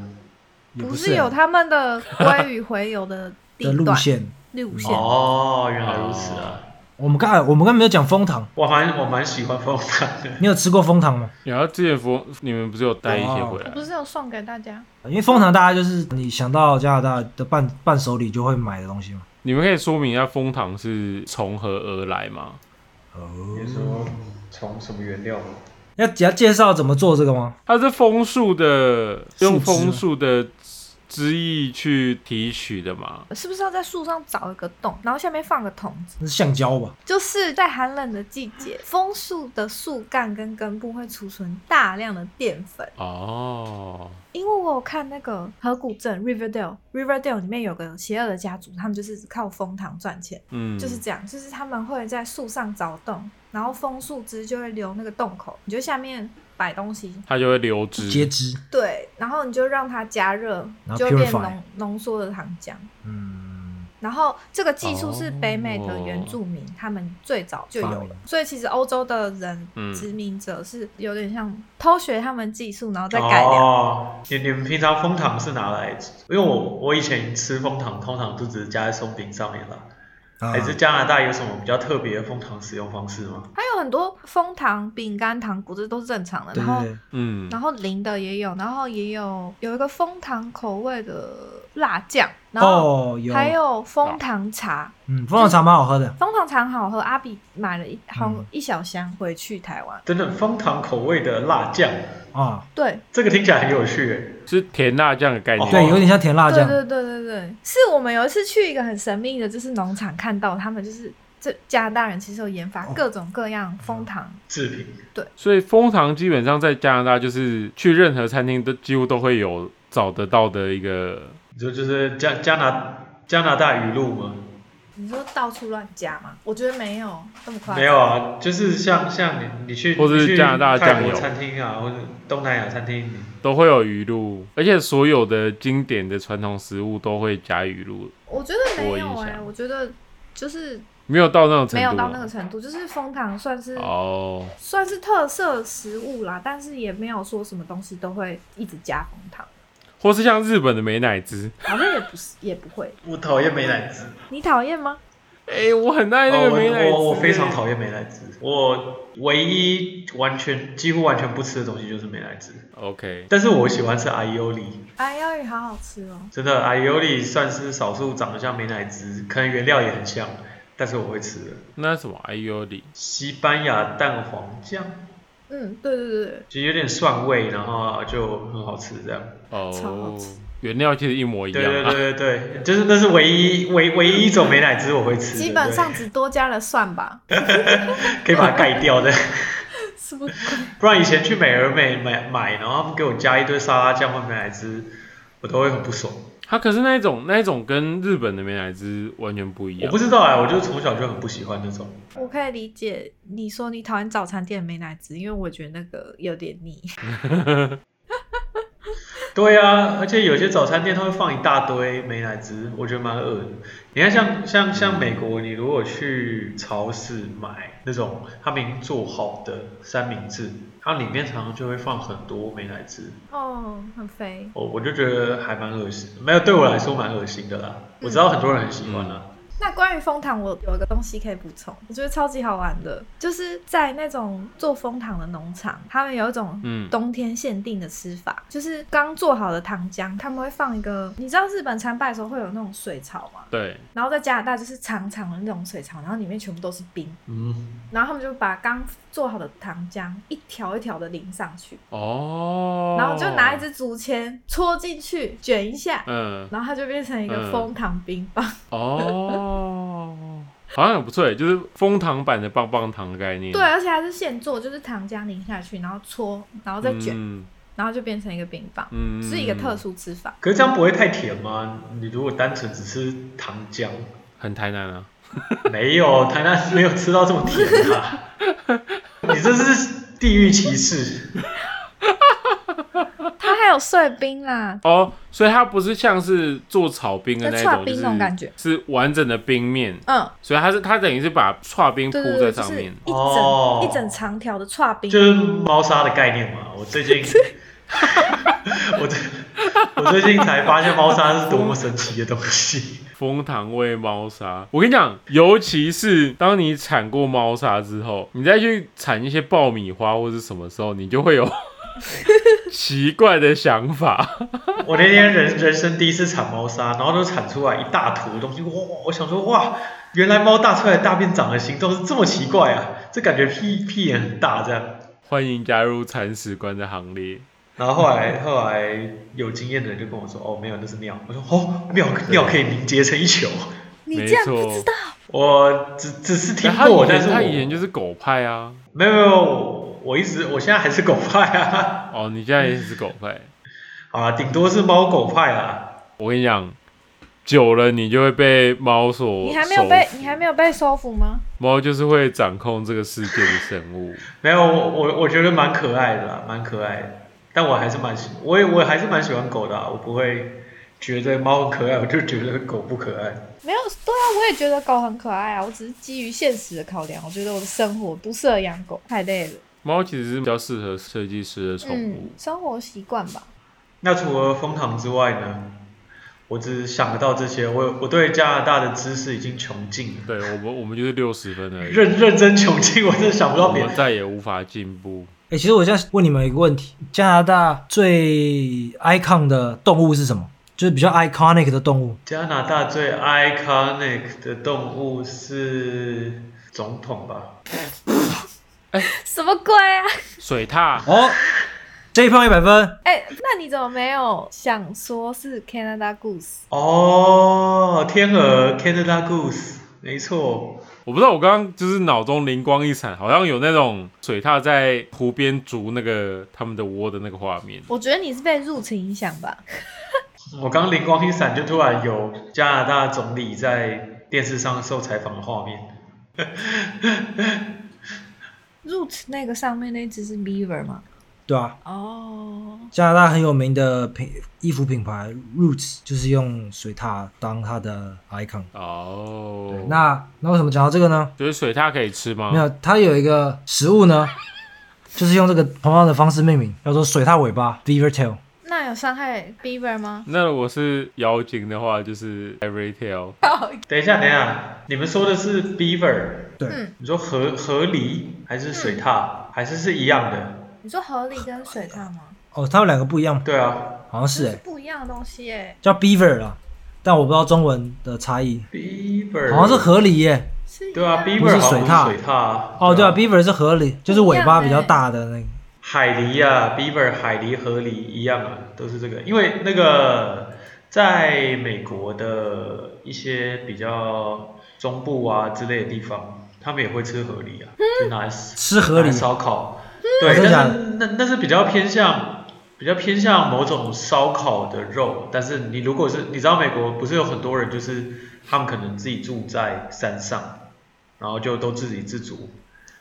Speaker 1: 也
Speaker 3: 不
Speaker 1: 是啊
Speaker 3: 有他们的鲑鱼洄游的地
Speaker 1: 的路
Speaker 3: 段，
Speaker 1: 线，
Speaker 3: 路线。
Speaker 2: 哦，原来如此啊！
Speaker 1: 我们刚才我们刚才没有讲枫糖，
Speaker 2: 我蛮我蛮喜欢枫糖的。
Speaker 1: 你有吃过枫糖吗？
Speaker 4: 然后之前佛你们不是有带一些回
Speaker 3: 我
Speaker 4: 来？
Speaker 3: 不是有送给大家，
Speaker 1: 因为枫糖大家就是你想到加拿大的伴伴手礼就会买的东西嘛。
Speaker 4: 你们可以说明一下枫糖是从何而来吗？
Speaker 1: 哦，
Speaker 2: 你说从什么原料吗？
Speaker 1: 要要介绍怎么做这个吗？
Speaker 4: 它是枫树的，
Speaker 1: 树枝
Speaker 4: 用枫树的枝叶去提取的嘛？
Speaker 3: 是不是要在树上找一个洞，然后下面放个桶子？
Speaker 1: 那是橡胶吧？
Speaker 3: 就是在寒冷的季节，枫树的树干跟根部会储存大量的淀粉。
Speaker 4: 哦，
Speaker 3: 因为我有看那个河谷镇 Riverdale Riverdale 里面有个邪恶的家族，他们就是靠枫糖赚钱，
Speaker 4: 嗯，
Speaker 3: 就是这样，就是他们会在树上凿洞，然后枫树枝就会留那个洞口，你就下面摆东西，
Speaker 4: 它就会流汁。
Speaker 1: 截肢。
Speaker 3: 对，然后你就让它加热
Speaker 1: 然后，
Speaker 3: 就变
Speaker 1: purify
Speaker 3: 浓浓缩的糖浆。
Speaker 1: 嗯，
Speaker 3: 然后这个技术是北美的
Speaker 4: 哦
Speaker 3: 原住民、他们最早就有
Speaker 1: 发
Speaker 3: 了
Speaker 1: 明，
Speaker 3: 所以其实欧洲的人
Speaker 4: 嗯
Speaker 3: 殖民者是有点像偷学他们技术，然后再改良。
Speaker 2: 哦，你你们平常枫糖是拿来？因为我我以前吃枫糖，通常都只是加在松饼上面啦。
Speaker 1: 啊
Speaker 2: 还是加拿大有什么比较特别的枫糖使用方式吗？
Speaker 3: 还有很多枫糖、饼干、糖果，这都是正常的。
Speaker 1: 对
Speaker 3: 然后
Speaker 1: 对对，
Speaker 4: 嗯
Speaker 3: 然后零的也有，然后也有有一个枫糖口味的辣酱，然后
Speaker 1: 哦有，
Speaker 3: 还有枫糖茶。
Speaker 1: 嗯，枫糖茶蛮好喝的，
Speaker 3: 枫糖茶很好喝，阿比买了一好
Speaker 1: 嗯
Speaker 3: 一小箱回去台湾。
Speaker 2: 真的枫糖口味的辣酱，
Speaker 1: 啊，
Speaker 3: 对，
Speaker 2: 这个听起来很有趣耶。
Speaker 4: 是甜辣酱的概念。
Speaker 2: 哦
Speaker 1: 对，有点像甜辣
Speaker 3: 对
Speaker 1: 酱，
Speaker 3: 对对对对，是我们有一次去一个很神秘的，就是农场看到他们就是这加拿大人其实有研发
Speaker 1: 哦
Speaker 3: 各种各样枫糖，
Speaker 2: 制品
Speaker 4: 所以枫糖基本上在加拿大就是去任何餐厅都几乎都会有找得到的一个。
Speaker 2: 你说就是加加拿加拿大语录吗？
Speaker 3: 你说到处乱加吗？我觉得没有那么夸张，
Speaker 2: 没有啊，就是像像你你去
Speaker 4: 或者是
Speaker 2: 你去
Speaker 4: 加拿大
Speaker 2: 泰
Speaker 4: 酱
Speaker 2: 国
Speaker 4: 油
Speaker 2: 餐厅啊，或者东南亚餐厅，
Speaker 4: 都会有鱼露，而且所有的经典的传统食物都会加鱼露，
Speaker 3: 我觉得没有
Speaker 4: 我印
Speaker 3: 哎、
Speaker 4: 象
Speaker 3: 我觉得就是
Speaker 4: 没有到那种程
Speaker 3: 没
Speaker 4: 度啊。
Speaker 3: 有到那个程度，就是枫糖算是、
Speaker 4: 哦，
Speaker 3: 算是特色食物啦，但是也没有说什么东西都会一直加枫糖，
Speaker 4: 或是像日本的美乃滋，
Speaker 3: 好像也不是也不会。
Speaker 2: 我讨厌美乃滋。
Speaker 3: 你讨厌吗？
Speaker 4: 哎、我很爱那
Speaker 2: 哦，
Speaker 4: 个美乃滋、
Speaker 2: 我我我非常讨厌美乃滋，我唯一完全几乎完全不吃的东西就是美乃滋，
Speaker 4: OK，
Speaker 2: 但是我喜欢吃阿尤里，
Speaker 3: 哎呀，好好吃哦。
Speaker 2: 真的阿尤里算是少数长得像美乃滋，可能原料也很像，但是我会吃的。
Speaker 4: 那什么哎呦里，
Speaker 2: 西班牙蛋黄酱，
Speaker 3: 嗯，对对对对，
Speaker 2: 就有点蒜味，然后就很好吃这样。
Speaker 3: 超好
Speaker 4: 哦
Speaker 3: 吃，
Speaker 4: 原料其实一模一
Speaker 2: 对
Speaker 4: 样
Speaker 2: 对
Speaker 4: 啊。
Speaker 2: 对对对，就是那是唯一唯唯一一种美乃滋我会吃的，
Speaker 3: 基本上只多加了蒜 吧。
Speaker 2: 对可以把它盖掉的。
Speaker 3: 什么鬼？
Speaker 2: 不然以前去美而美买买，然后他们给我加一堆沙拉酱或美乃滋，我都会很不爽。
Speaker 4: 它可是那一种那一种跟日本的美乃滋完全不一
Speaker 2: 我
Speaker 4: 样
Speaker 2: 不。知道哎、我就从小就很不喜欢那种。
Speaker 3: 我可以理解你说你讨厌早餐店的美乃滋，因为我觉得那个有点腻。
Speaker 2: 对啊，而且有些早餐店它会放一大堆美乃滋，我觉得蛮恶的。你看像像像美国，你如果去超市买那种他们已经做好的三明治，它里面常常就会放很多美乃滋，
Speaker 3: 哦，很肥。
Speaker 2: 我我就觉得还蛮恶心，没有对我来说蛮恶心的啦。我知道很多人很喜欢啊啦，
Speaker 3: 那关于枫糖，我有一个东西可以补充，我觉得超级好玩的，就是在那种做枫糖的农场，他们有一种
Speaker 4: 嗯
Speaker 3: 冬天限定的吃法，就是刚做好的糖浆，他们会放一个，你知道日本参拜的时候会有那种水槽吗？
Speaker 4: 对，
Speaker 3: 然后在加拿大就是长长的那种水槽，然后里面全部都是冰，
Speaker 2: 嗯，
Speaker 3: 然后他们就把刚做好的糖浆一条一条的淋上去，
Speaker 4: 哦，
Speaker 3: 然后就拿一，支竹签戳进去卷一下，
Speaker 4: 嗯，
Speaker 3: 然后它就变成一个
Speaker 4: 嗯
Speaker 3: 枫糖冰棒。
Speaker 4: 哦，好像很不错耶，就是枫糖版的棒棒糖的概念。
Speaker 3: 对，，啊而且它是现做，就是糖浆淋下去，然后搓，然后再卷，
Speaker 4: 嗯
Speaker 3: 然后就变成一个冰棒，
Speaker 4: 嗯
Speaker 3: 是一个特，殊吃法。
Speaker 2: 可是这样不会太甜吗？你如果单纯只吃糖浆，
Speaker 4: 很台南啊。
Speaker 2: 没有台南 没有吃到这么甜啊！ 你这是地域歧视。
Speaker 3: 它还有碎冰啦，
Speaker 4: 哦，所以它不是像是做炒冰的那
Speaker 3: 在
Speaker 4: 种，
Speaker 3: 刨冰
Speaker 4: 就是
Speaker 3: 那种感觉
Speaker 4: 是完整的冰面，
Speaker 3: 嗯，
Speaker 4: 所以它是它等于是把刨冰
Speaker 3: 对
Speaker 4: 铺
Speaker 3: 对
Speaker 4: 在
Speaker 3: 对，就
Speaker 4: 上
Speaker 3: 是一
Speaker 4: 面
Speaker 3: 整、。
Speaker 2: 哦
Speaker 3: 一整长条的串 冰
Speaker 2: 就。是猫砂的概念嘛。我最近，我最我最近才发现猫砂是多么神奇的东西。
Speaker 4: 蜂糖味猫砂，我跟你讲，尤其是当你产过猫砂之后，你再去产一些爆米花或是什么时候，你就 会有奇怪的想法。
Speaker 2: 我那天人人生第一次铲猫砂，然后就铲出来一大坨东西，哇！我想说，哇，原来猫大出来的大便长的形状是这么奇怪啊！这感觉屁屁眼很大这样。
Speaker 4: 欢迎加入铲屎官的行列。
Speaker 2: 然后后来后来有经验的人就跟我说，哦，没有，那是尿。我说，哦，尿尿可以凝结成一球。
Speaker 3: 你这样不知道，
Speaker 2: 我只只是听
Speaker 4: 哎他
Speaker 2: 过
Speaker 4: 以，
Speaker 2: 但
Speaker 4: 前
Speaker 2: 是我
Speaker 4: 他以前就是狗派啊。
Speaker 2: 没有没有，我我一直我现在还是狗派啊。
Speaker 4: 哦，你现在也是狗派。
Speaker 2: 啊，顶多是猫狗派啊。
Speaker 4: 我跟你讲，久了你就会被猫所
Speaker 3: 你还没有被
Speaker 4: 收服
Speaker 3: 你还没有被收服吗？
Speaker 4: 猫就是会掌控这个世界的生物。
Speaker 2: 没有，我我我觉得蛮可爱的啦，蛮可爱的。但我还是蛮喜，我也我还是蛮喜欢狗的、啊，我不会觉得猫很可爱，我就觉得狗不可爱。
Speaker 3: 没有，对啊，我也觉得狗很可爱啊。我只是基于现实的考量，我觉得我的生活不适合养狗，太累了。
Speaker 4: 猫其实是比较适合设计师的宠
Speaker 3: 嗯
Speaker 4: 物。，
Speaker 3: 生活习惯吧。
Speaker 2: 那除了蜂糖之外呢？我只想得到这些，我我对加拿大的知识已经穷尽了，
Speaker 4: 对我们，我们就是六十分而已，
Speaker 2: 认认真穷尽，我真的想不
Speaker 4: 我
Speaker 2: 到别的
Speaker 4: 们。再也无法进步。
Speaker 1: 哎、其实我现在问你们一个问题：加拿大最 icon 的动物是什么？就是比较 iconic 的动物。
Speaker 2: 加拿大最 iconic 的动物是总统吧？
Speaker 3: 什么鬼啊？
Speaker 4: 水獭，
Speaker 1: 哦，这一票一百分。
Speaker 3: 哎、那你怎么没有想说是 Canada Goose？
Speaker 2: 哦，天鹅 Canada Goose，没错。
Speaker 4: 我不知道，我刚刚就是脑中灵光一闪，好像有那种水獭在湖边筑那个他们的窝的那个画面。
Speaker 3: 我觉得你是被入侵影响吧。
Speaker 2: 我刚灵光一闪，就突然有加拿大总理在电视上受采访的画面。
Speaker 3: Root 那个上面那只是 Beaver 吗？
Speaker 1: 对啊，
Speaker 3: 哦，
Speaker 1: 加拿大很有名的品衣服品牌 Roots 就是用水獭当它的 icon。对
Speaker 4: 哦，
Speaker 1: 那那为什么讲到这个呢？
Speaker 4: 觉得水獭可以吃吗？
Speaker 1: 没有，它有一个食物呢，就是用这个同样的方式命名，叫做水獭尾巴 （Beaver Tail）。
Speaker 3: 那有伤害 Beaver 吗？
Speaker 4: 那如果是妖精的话，就是 every tail。
Speaker 2: 等一下，等一下，你们说的是 beaver，
Speaker 1: 对，
Speaker 3: 嗯
Speaker 2: 你说河河狸还是水獭，还是是一样的？
Speaker 3: 你说河狸跟水獭吗？
Speaker 1: 哦，它们两个不一样，
Speaker 2: 对啊
Speaker 1: 好像
Speaker 3: 这
Speaker 1: 是哎、
Speaker 3: 不一样的东西哎、
Speaker 1: 叫 Beaver 啦，但我不知道中文的差异，
Speaker 2: ，beaver
Speaker 1: 好像是河狸耶、
Speaker 3: 是一样
Speaker 2: 对啊
Speaker 1: 不
Speaker 2: ，beaver
Speaker 1: 是
Speaker 2: 好
Speaker 1: 水
Speaker 2: 像
Speaker 1: 獭
Speaker 2: 不是水獭。
Speaker 1: 哦，对啊，Beaver 是河狸，就是尾巴比较大的那个。
Speaker 2: 海狸啊，Beaver 海狸、河狸一样啊，都是这个。因为那个在美国的一些比较中部啊之类的地方，他们也会吃河狸啊，就拿来
Speaker 1: 吃河
Speaker 2: 拿
Speaker 1: 狸，
Speaker 2: 来烧烤。
Speaker 1: 哦
Speaker 2: 对，
Speaker 1: 真的假
Speaker 2: 但
Speaker 1: 的
Speaker 2: 是那那是比较偏向比较偏向某种烧烤的肉，但是你如果是你知道美国不是有很多人就是他们可能自己住在山上，然后就都自给自足，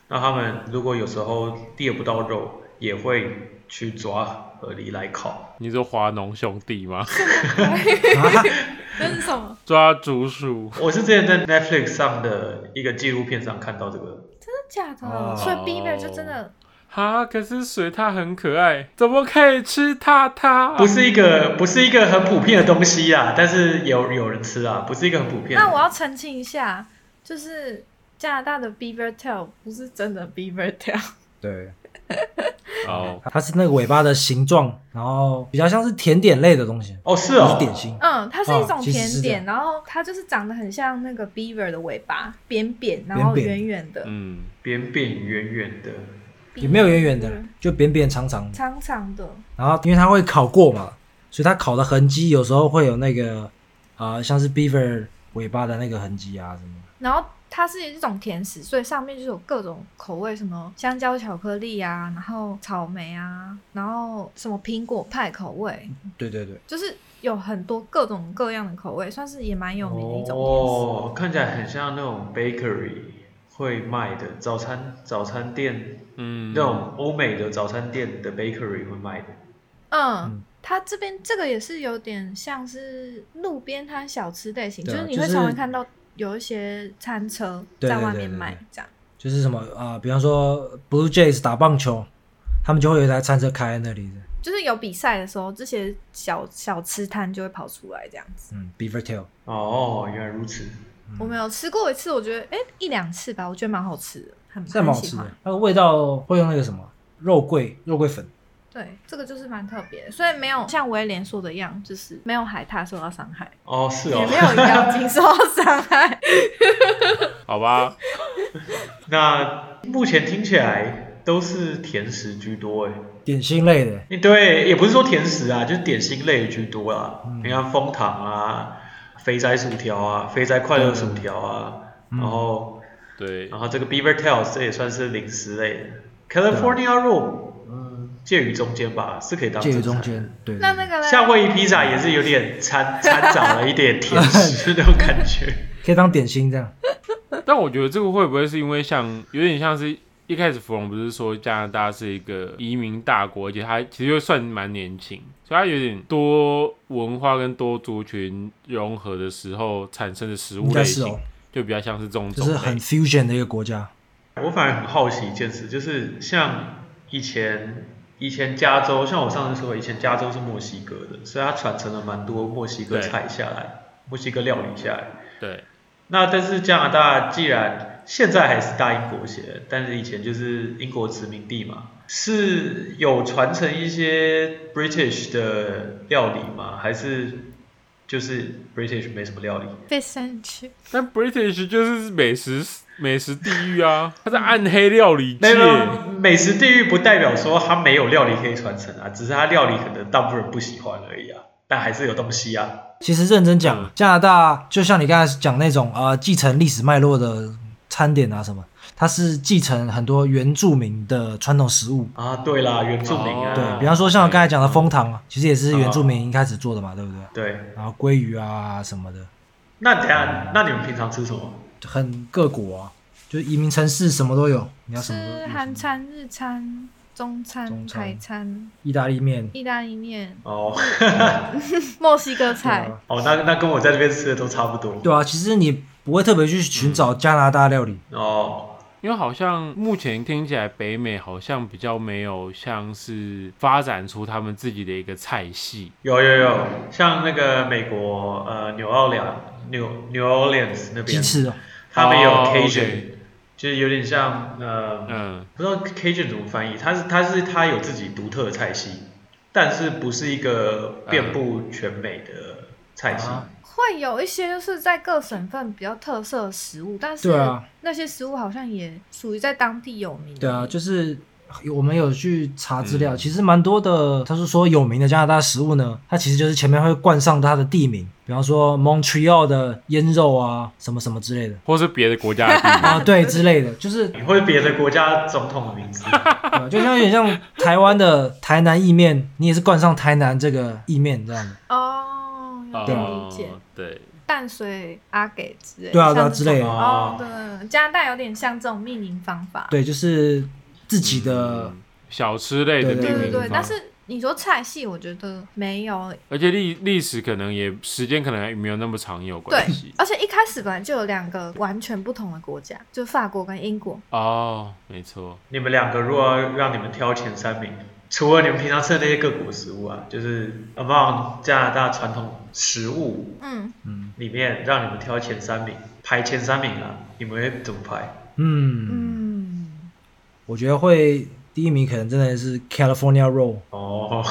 Speaker 2: 那他们如果有时候猎不到肉，也会去抓河狸来烤。
Speaker 4: 你说华农兄弟吗？
Speaker 3: 那是什么？
Speaker 4: 抓竹鼠。
Speaker 2: 我是之前在 Netflix 上的一个纪录片上看到这个，
Speaker 3: 真的假的？
Speaker 1: 哦
Speaker 3: 所以 Beaver 就真的
Speaker 4: 哈，可是水獭很可爱，怎么可以吃它它？
Speaker 2: 不是一个不是一个很普遍的东西啊，但是有有人吃啊，不是一个很普遍的。
Speaker 3: 那我要澄清一下，就是加拿大的 Beaver Tail 不是真的 Beaver Tail，
Speaker 1: 对，
Speaker 4: 哦，
Speaker 1: 它是那个尾巴的形状，然后比较像是甜点类的东西，
Speaker 2: 哦是
Speaker 1: 不
Speaker 2: 哦
Speaker 1: 是，啊点心。
Speaker 3: 嗯，它是一种
Speaker 1: 哦其实是
Speaker 3: 甜
Speaker 1: 这样
Speaker 3: 点，然后它就是长得很像那个 Beaver 的尾巴，扁扁，然后
Speaker 1: 扁
Speaker 3: 圆
Speaker 1: 扁
Speaker 3: 圆的，
Speaker 4: 嗯，
Speaker 2: 扁扁圆圆的。
Speaker 1: 也没有圆圆的
Speaker 3: Beaver，，
Speaker 1: 就扁扁长长的。
Speaker 3: 长长的，
Speaker 1: 然后因为它会烤过嘛，所以它烤的痕迹有时候会有那个啊、呃像是 beaver 尾巴的那个痕迹啊什么的。
Speaker 3: 然后它是一种甜食，所以上面就是有各种口味，什么香蕉巧克力啊，然后草莓啊，然后什么苹果派口味，
Speaker 1: 对对对，
Speaker 3: 就是有很多各种各样的口味，算是也蛮有名的一种甜食。
Speaker 2: 哦，看起来很像那种 bakery 会卖的早餐早餐店、
Speaker 4: 嗯
Speaker 2: 那种欧美的早餐店的 bakery 会卖的。
Speaker 1: 嗯
Speaker 3: 嗯，它这边这个也是有点像是路边摊小吃类型，
Speaker 1: 对
Speaker 3: 就
Speaker 1: 啊
Speaker 3: 是你
Speaker 1: 就
Speaker 3: 会
Speaker 1: 是
Speaker 3: 常常看到有一些餐车
Speaker 1: 对
Speaker 3: 在
Speaker 1: 对
Speaker 3: 外
Speaker 1: 对
Speaker 3: 面
Speaker 1: 对
Speaker 3: 卖
Speaker 1: 对
Speaker 3: 这样。
Speaker 1: 就是什么啊、呃比方说 Blue Jays 打棒球，他们就会有一台餐车开在那里的。
Speaker 3: 就是有比赛的时候，这些小小吃摊就会跑出来这样子。
Speaker 1: 嗯，Beaver Tail，
Speaker 2: 哦，原来如此。
Speaker 3: 我们有吃过一次，我觉得哎、一两次吧，我觉得蛮好吃的，很
Speaker 1: 这还蛮
Speaker 3: 很
Speaker 1: 好
Speaker 3: 喜
Speaker 1: 吃
Speaker 3: 欢
Speaker 1: 的。。那个味道会用那个什么肉桂肉桂粉，
Speaker 3: 对，这个就是蛮特别的，所以没有像威廉说的一样，就是没有海獭受到伤害，
Speaker 2: 哦，是
Speaker 3: 也
Speaker 2: 哦。
Speaker 3: 没有妖精受到伤 害。
Speaker 4: 好吧，
Speaker 2: 那目前听起来都是甜食居多哎。
Speaker 1: 点心类的，
Speaker 2: 诶对，也不是说甜食啊，就是点心类居多啊。你看枫糖啊、肥仔薯条啊、肥仔快乐薯条啊，
Speaker 1: 嗯
Speaker 2: 然后
Speaker 4: 对
Speaker 2: 然，后这个 Beaver Tails 这也算是零食类的。California Roll，嗯，介于中间吧，是可以当
Speaker 1: 啊介于
Speaker 2: 正
Speaker 1: 中
Speaker 2: 餐。
Speaker 1: 间。对，对
Speaker 3: 那
Speaker 1: 对
Speaker 3: 那个嘞，
Speaker 2: 夏威夷披萨也是有点掺掺杂了一点甜 食那种感觉。
Speaker 1: 可以当点心这样。
Speaker 4: 但我觉得这个会不会是因为像有点像是一开始芙蓉不是说加拿大是一个移民大国，而且它其实又算蛮年轻，所以它有点多文化跟多族群融合的时候产生的食
Speaker 1: 应
Speaker 4: 物
Speaker 1: 该
Speaker 4: 类
Speaker 1: 是
Speaker 4: 型，
Speaker 1: 哦
Speaker 4: 就比较像是这种
Speaker 1: 就
Speaker 4: 种
Speaker 1: 是
Speaker 4: 类。
Speaker 1: 很 fusion 的一个国家。
Speaker 2: 我反而很好奇一件事，就是像以前以前加州，像我上次说，以前加州是墨西哥的，所以它传承了蛮多墨西哥
Speaker 4: 对
Speaker 2: 菜下来，墨西哥料理下来。
Speaker 4: 对，
Speaker 2: 那但是加拿大既然现在还是大英国协，但是以前就是英国殖民地嘛，是有传承一些 British 的料理吗？还是就是 British 没什么料理？
Speaker 3: 被删去，
Speaker 4: 但 British 就是美食美食地狱啊，它在暗黑料理
Speaker 2: 那
Speaker 4: 界。
Speaker 2: 个美食地域不代表说它没有料理可以传承啊，只是它料理可能大部分人不喜欢而已啊，但还是有东西啊。
Speaker 1: 其实认真讲
Speaker 4: 嗯，
Speaker 1: 加拿大就像你刚才讲那种呃继承历史脉络的餐点啊什么，它是继承很多原住民的传统食物。
Speaker 2: 啊，对啦，原住民啊，
Speaker 1: 对
Speaker 4: 哦
Speaker 1: 比方说像我刚才讲的枫糖啊，其实也是原住民
Speaker 2: 哦
Speaker 1: 一开始做的嘛，对不对？
Speaker 2: 对。
Speaker 1: 然后鲑鱼啊什么的，
Speaker 2: 那等一下，那你们平常吃什么？
Speaker 1: 很各国啊，就移民城市什么都有，你要什么都
Speaker 3: 吃韩
Speaker 1: 有。
Speaker 3: 餐、日餐、中餐、
Speaker 1: 中餐
Speaker 3: 台餐、
Speaker 1: 意大利面，
Speaker 3: 意大利面、
Speaker 2: 哦
Speaker 3: 墨西哥菜
Speaker 1: 对啊。
Speaker 2: 哦，那那跟我在这边吃的都差不多。
Speaker 1: 对啊，其实你不会特别去寻找加拿大料理，
Speaker 2: 哦，
Speaker 4: 因为好像目前听起来北美好像比较没有像是发展出他们自己的一个菜系，
Speaker 2: 有有有，像那个美国呃纽奥良纽纽奥良斯那
Speaker 1: 鸡
Speaker 2: 边，
Speaker 1: 翅哦，
Speaker 2: 他们有
Speaker 4: 哦
Speaker 2: Cajun，、
Speaker 4: OK
Speaker 2: 就是有点像呃
Speaker 4: 嗯，
Speaker 2: 不知道 Cajun 怎么翻译，它是它是它有自己独特的菜系，但是不是一个遍布全美的菜系。
Speaker 1: 啊
Speaker 3: 会有一些就是在各省份比较特色的食物，但是
Speaker 1: 对啊
Speaker 3: 那些食物好像也属于在当地有名。
Speaker 1: 对啊，就是我们有去查资料，其实蛮多的。他是说有名的加拿大食物呢，它其实就是前面会冠上它的地名，比方说 Montreal 的腌肉啊，什么什么之 类的
Speaker 4: 或是别的国家的地方。
Speaker 1: 啊，对之类的，就是、
Speaker 2: 你会别的国家总统的名 字？
Speaker 1: 呃就像有点像台湾的台南意面，你也是冠上台南这个意面这样的，
Speaker 3: 哦，
Speaker 1: 对
Speaker 3: 有点
Speaker 1: 啊
Speaker 3: 理解。
Speaker 4: 对，
Speaker 3: 淡水阿给之类的，
Speaker 1: 对啊对啊
Speaker 3: 像这
Speaker 1: 之类的
Speaker 3: 种哦，对，加拿大有点像这种命名方法。
Speaker 1: 对，就是自己的。
Speaker 4: 嗯小吃类
Speaker 1: 对
Speaker 4: 的命
Speaker 3: 对
Speaker 4: 名
Speaker 3: 对对
Speaker 4: 方
Speaker 3: 但是你说菜系，我觉得没有
Speaker 4: 而且历历史可能也时间可能也没有那么长有
Speaker 3: 对
Speaker 4: 关系，
Speaker 3: 而且一开始本来就有两个完全不同的国家，就法国跟英国。
Speaker 4: 哦，没错，
Speaker 2: 你们两个如果要让你们挑前三名，除了你们平常吃的那些各国食物啊，就是 among 加拿大传统食物
Speaker 3: 嗯，
Speaker 2: 里面，让你们挑前三名，排前三名啊，你们会怎么排？
Speaker 1: 嗯，
Speaker 3: 嗯，
Speaker 1: 我觉得会第一名可能真的是 California Roll，
Speaker 2: 哦，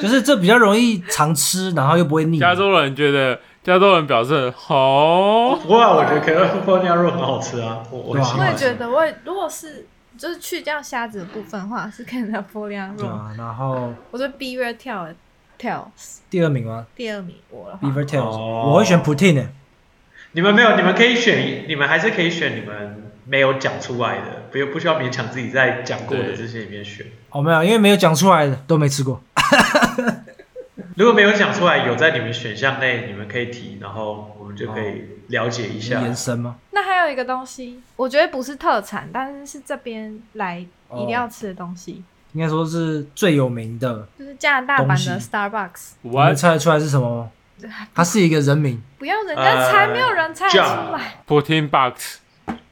Speaker 1: 就是这比较容易常吃，然后又不会腻。
Speaker 4: 加州人觉得加州人表示哦 好，
Speaker 2: 不过我觉得 California roll 很好吃啊，我我很
Speaker 1: 对啊
Speaker 2: 喜
Speaker 3: 我
Speaker 2: 欢
Speaker 3: 也
Speaker 2: 吃。
Speaker 3: 觉得我也，如果是就是去掉虾子的部分的话，是看到波量
Speaker 1: 对
Speaker 3: 肉。
Speaker 1: 啊，然后
Speaker 3: 我觉得 Beaver Tail Tail
Speaker 1: 第二名吗？
Speaker 3: 第二名我的话
Speaker 1: Beaver Tails，、
Speaker 2: 哦
Speaker 1: 我会选 Poutine 欸、
Speaker 2: 你们没有，你们可以选，你们还是可以选你们没有讲出来的，不用不需要勉强自己在讲过的
Speaker 4: 对
Speaker 2: 这些里面选。
Speaker 1: 哦，没有，因为没有讲出来的都没吃过。
Speaker 2: 如果没有讲出来，有在你们选项内，你们可以提，然后我们就可以了解一下。
Speaker 1: 延伸吗？
Speaker 3: 那还有一个东西，我觉得不是特产，但是是这边来
Speaker 1: 哦
Speaker 3: 一定要吃的东西，
Speaker 1: 应该说是最有名的。
Speaker 3: 就是加拿大
Speaker 1: 东
Speaker 3: 版的
Speaker 1: 西
Speaker 3: Starbucks。
Speaker 1: 你们
Speaker 4: What
Speaker 1: 猜得出来是什么吗？它是一个人名，
Speaker 3: 不要人家猜，
Speaker 2: 呃
Speaker 3: 没有人猜得出来。
Speaker 4: protein box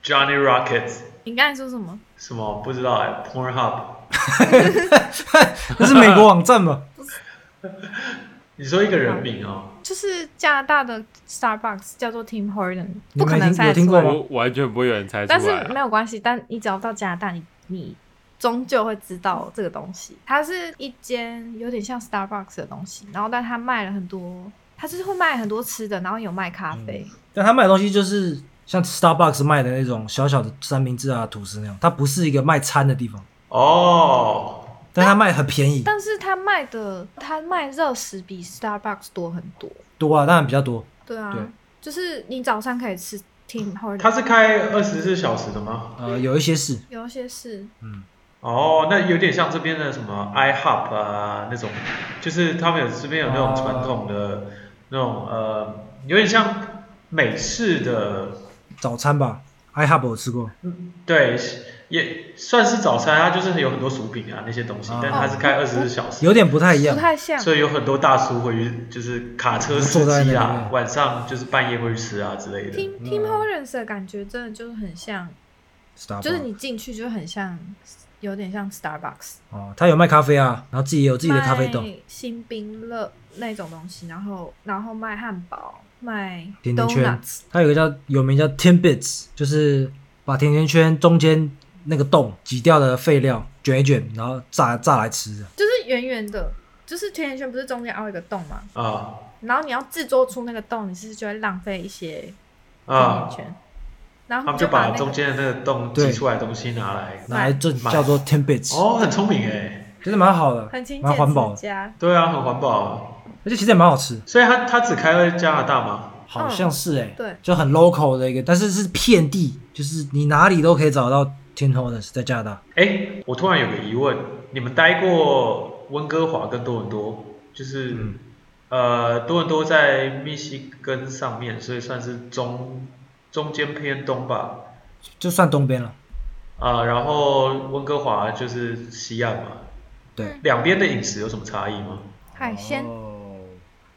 Speaker 2: Johnny Rockets
Speaker 3: 你刚才说什么？
Speaker 2: 什么不知道哎、p o r n Hub
Speaker 1: 那是美国网站吧？
Speaker 2: 你说一个人名哦，
Speaker 3: 就是加拿大的 Starbucks 叫做 Tim Horton，
Speaker 1: 你
Speaker 3: 不
Speaker 1: 没
Speaker 3: 可能
Speaker 1: 听
Speaker 3: 猜
Speaker 1: 有
Speaker 3: 得
Speaker 1: 听
Speaker 3: 出
Speaker 1: 过
Speaker 3: 来
Speaker 1: 吗。
Speaker 4: 我完全不会有人猜出来、
Speaker 3: 但
Speaker 4: 啊。
Speaker 3: 是没有关系，但你只要到加拿大，你你终究会知道这个东西。它是一间有点像 Starbucks 的东西，然后但它卖了很多，它就是会卖很多吃的，然后有卖咖啡。
Speaker 1: 但他卖的东西就是像 Starbucks 卖的那种小小的三明治啊、吐司那样，它不是一个卖餐的地方，
Speaker 2: 哦，
Speaker 1: 但它卖很便宜，
Speaker 3: 但是它卖的，它卖热食比 Starbucks 多很多。
Speaker 1: 多啊，当然比较多。
Speaker 3: 对啊，
Speaker 1: 对
Speaker 3: 就是你早上可以吃 Tim h o r
Speaker 2: 他是开二十四小时的吗？
Speaker 1: 呃，有一些是，
Speaker 3: 有一些是
Speaker 1: 嗯，
Speaker 2: 哦，那有点像这边的什么 iHub 啊那种，就是他们有这边有那种传统的、那种呃，有点像美式的，
Speaker 1: 早餐吧，iHub 我吃过，
Speaker 2: 对，也算是早餐，它就是有很多薯饼啊那些东西，
Speaker 1: 啊
Speaker 2: 但它是开二十四小时。
Speaker 1: 有点不太一样
Speaker 3: 不。太像，
Speaker 2: 所以有很多大叔会去，就是卡车司
Speaker 1: 坐在
Speaker 2: 机
Speaker 1: 那里
Speaker 2: 啊
Speaker 1: 面，
Speaker 2: 晚上就是半夜会去吃啊之类的。
Speaker 3: Tim
Speaker 1: 嗯
Speaker 3: Tim Hortons 的感觉真的就是很像，
Speaker 1: Starbucks
Speaker 3: 就是你进去就很像，有点像 Starbucks，
Speaker 1: 哦，他有卖咖啡啊，然后自己也有自己的咖啡豆，
Speaker 3: 卖新冰乐那种东西，然后然后卖汉堡，卖
Speaker 1: 甜甜圈
Speaker 3: donuts，。
Speaker 1: 他有一个叫有名叫 Ten Bits，就是把甜甜圈中间那个洞挤掉的废料卷一卷，然后炸炸来吃的。
Speaker 3: 就是圆圆的，就是甜甜圈不是中间凹一个洞嘛，
Speaker 2: 啊
Speaker 3: 然后你要制作出那个洞，你是不是就会浪费一些甜甜
Speaker 2: 啊！
Speaker 3: 圈，然后
Speaker 2: 他
Speaker 3: 你
Speaker 2: 们就
Speaker 3: 把
Speaker 2: 把
Speaker 3: 那个
Speaker 2: 中间的那个洞
Speaker 1: 对
Speaker 2: 挤出来的东西拿来。
Speaker 1: 拿来这
Speaker 2: 买
Speaker 1: 叫做 Ten Bits，、
Speaker 2: 哦，很聪明哎。
Speaker 1: 其实蛮好的
Speaker 3: 很勤，俭
Speaker 1: 蛮环保
Speaker 3: 持
Speaker 1: 的，
Speaker 3: 家，
Speaker 2: 对啊，很环保。
Speaker 1: 而且其实也蛮好吃，
Speaker 2: 所以他他只开在加拿大吗？
Speaker 1: 好像是哎、
Speaker 3: 对
Speaker 1: 就很 local 的一个，但是是遍地，就是你哪里都可以找到 Ten h o l d e s 在加拿大。
Speaker 2: 哎，我突然有个疑问，你们待过温哥华跟多伦多？就是、
Speaker 1: 嗯
Speaker 2: 呃，多伦多在密西根上面，所以算是中中间偏东吧。
Speaker 1: 就算东边了，
Speaker 2: 啊、然后温哥华就是西岸嘛，
Speaker 1: 对，
Speaker 2: 两边的饮食有什么差异吗？
Speaker 3: 海鲜
Speaker 1: 哦，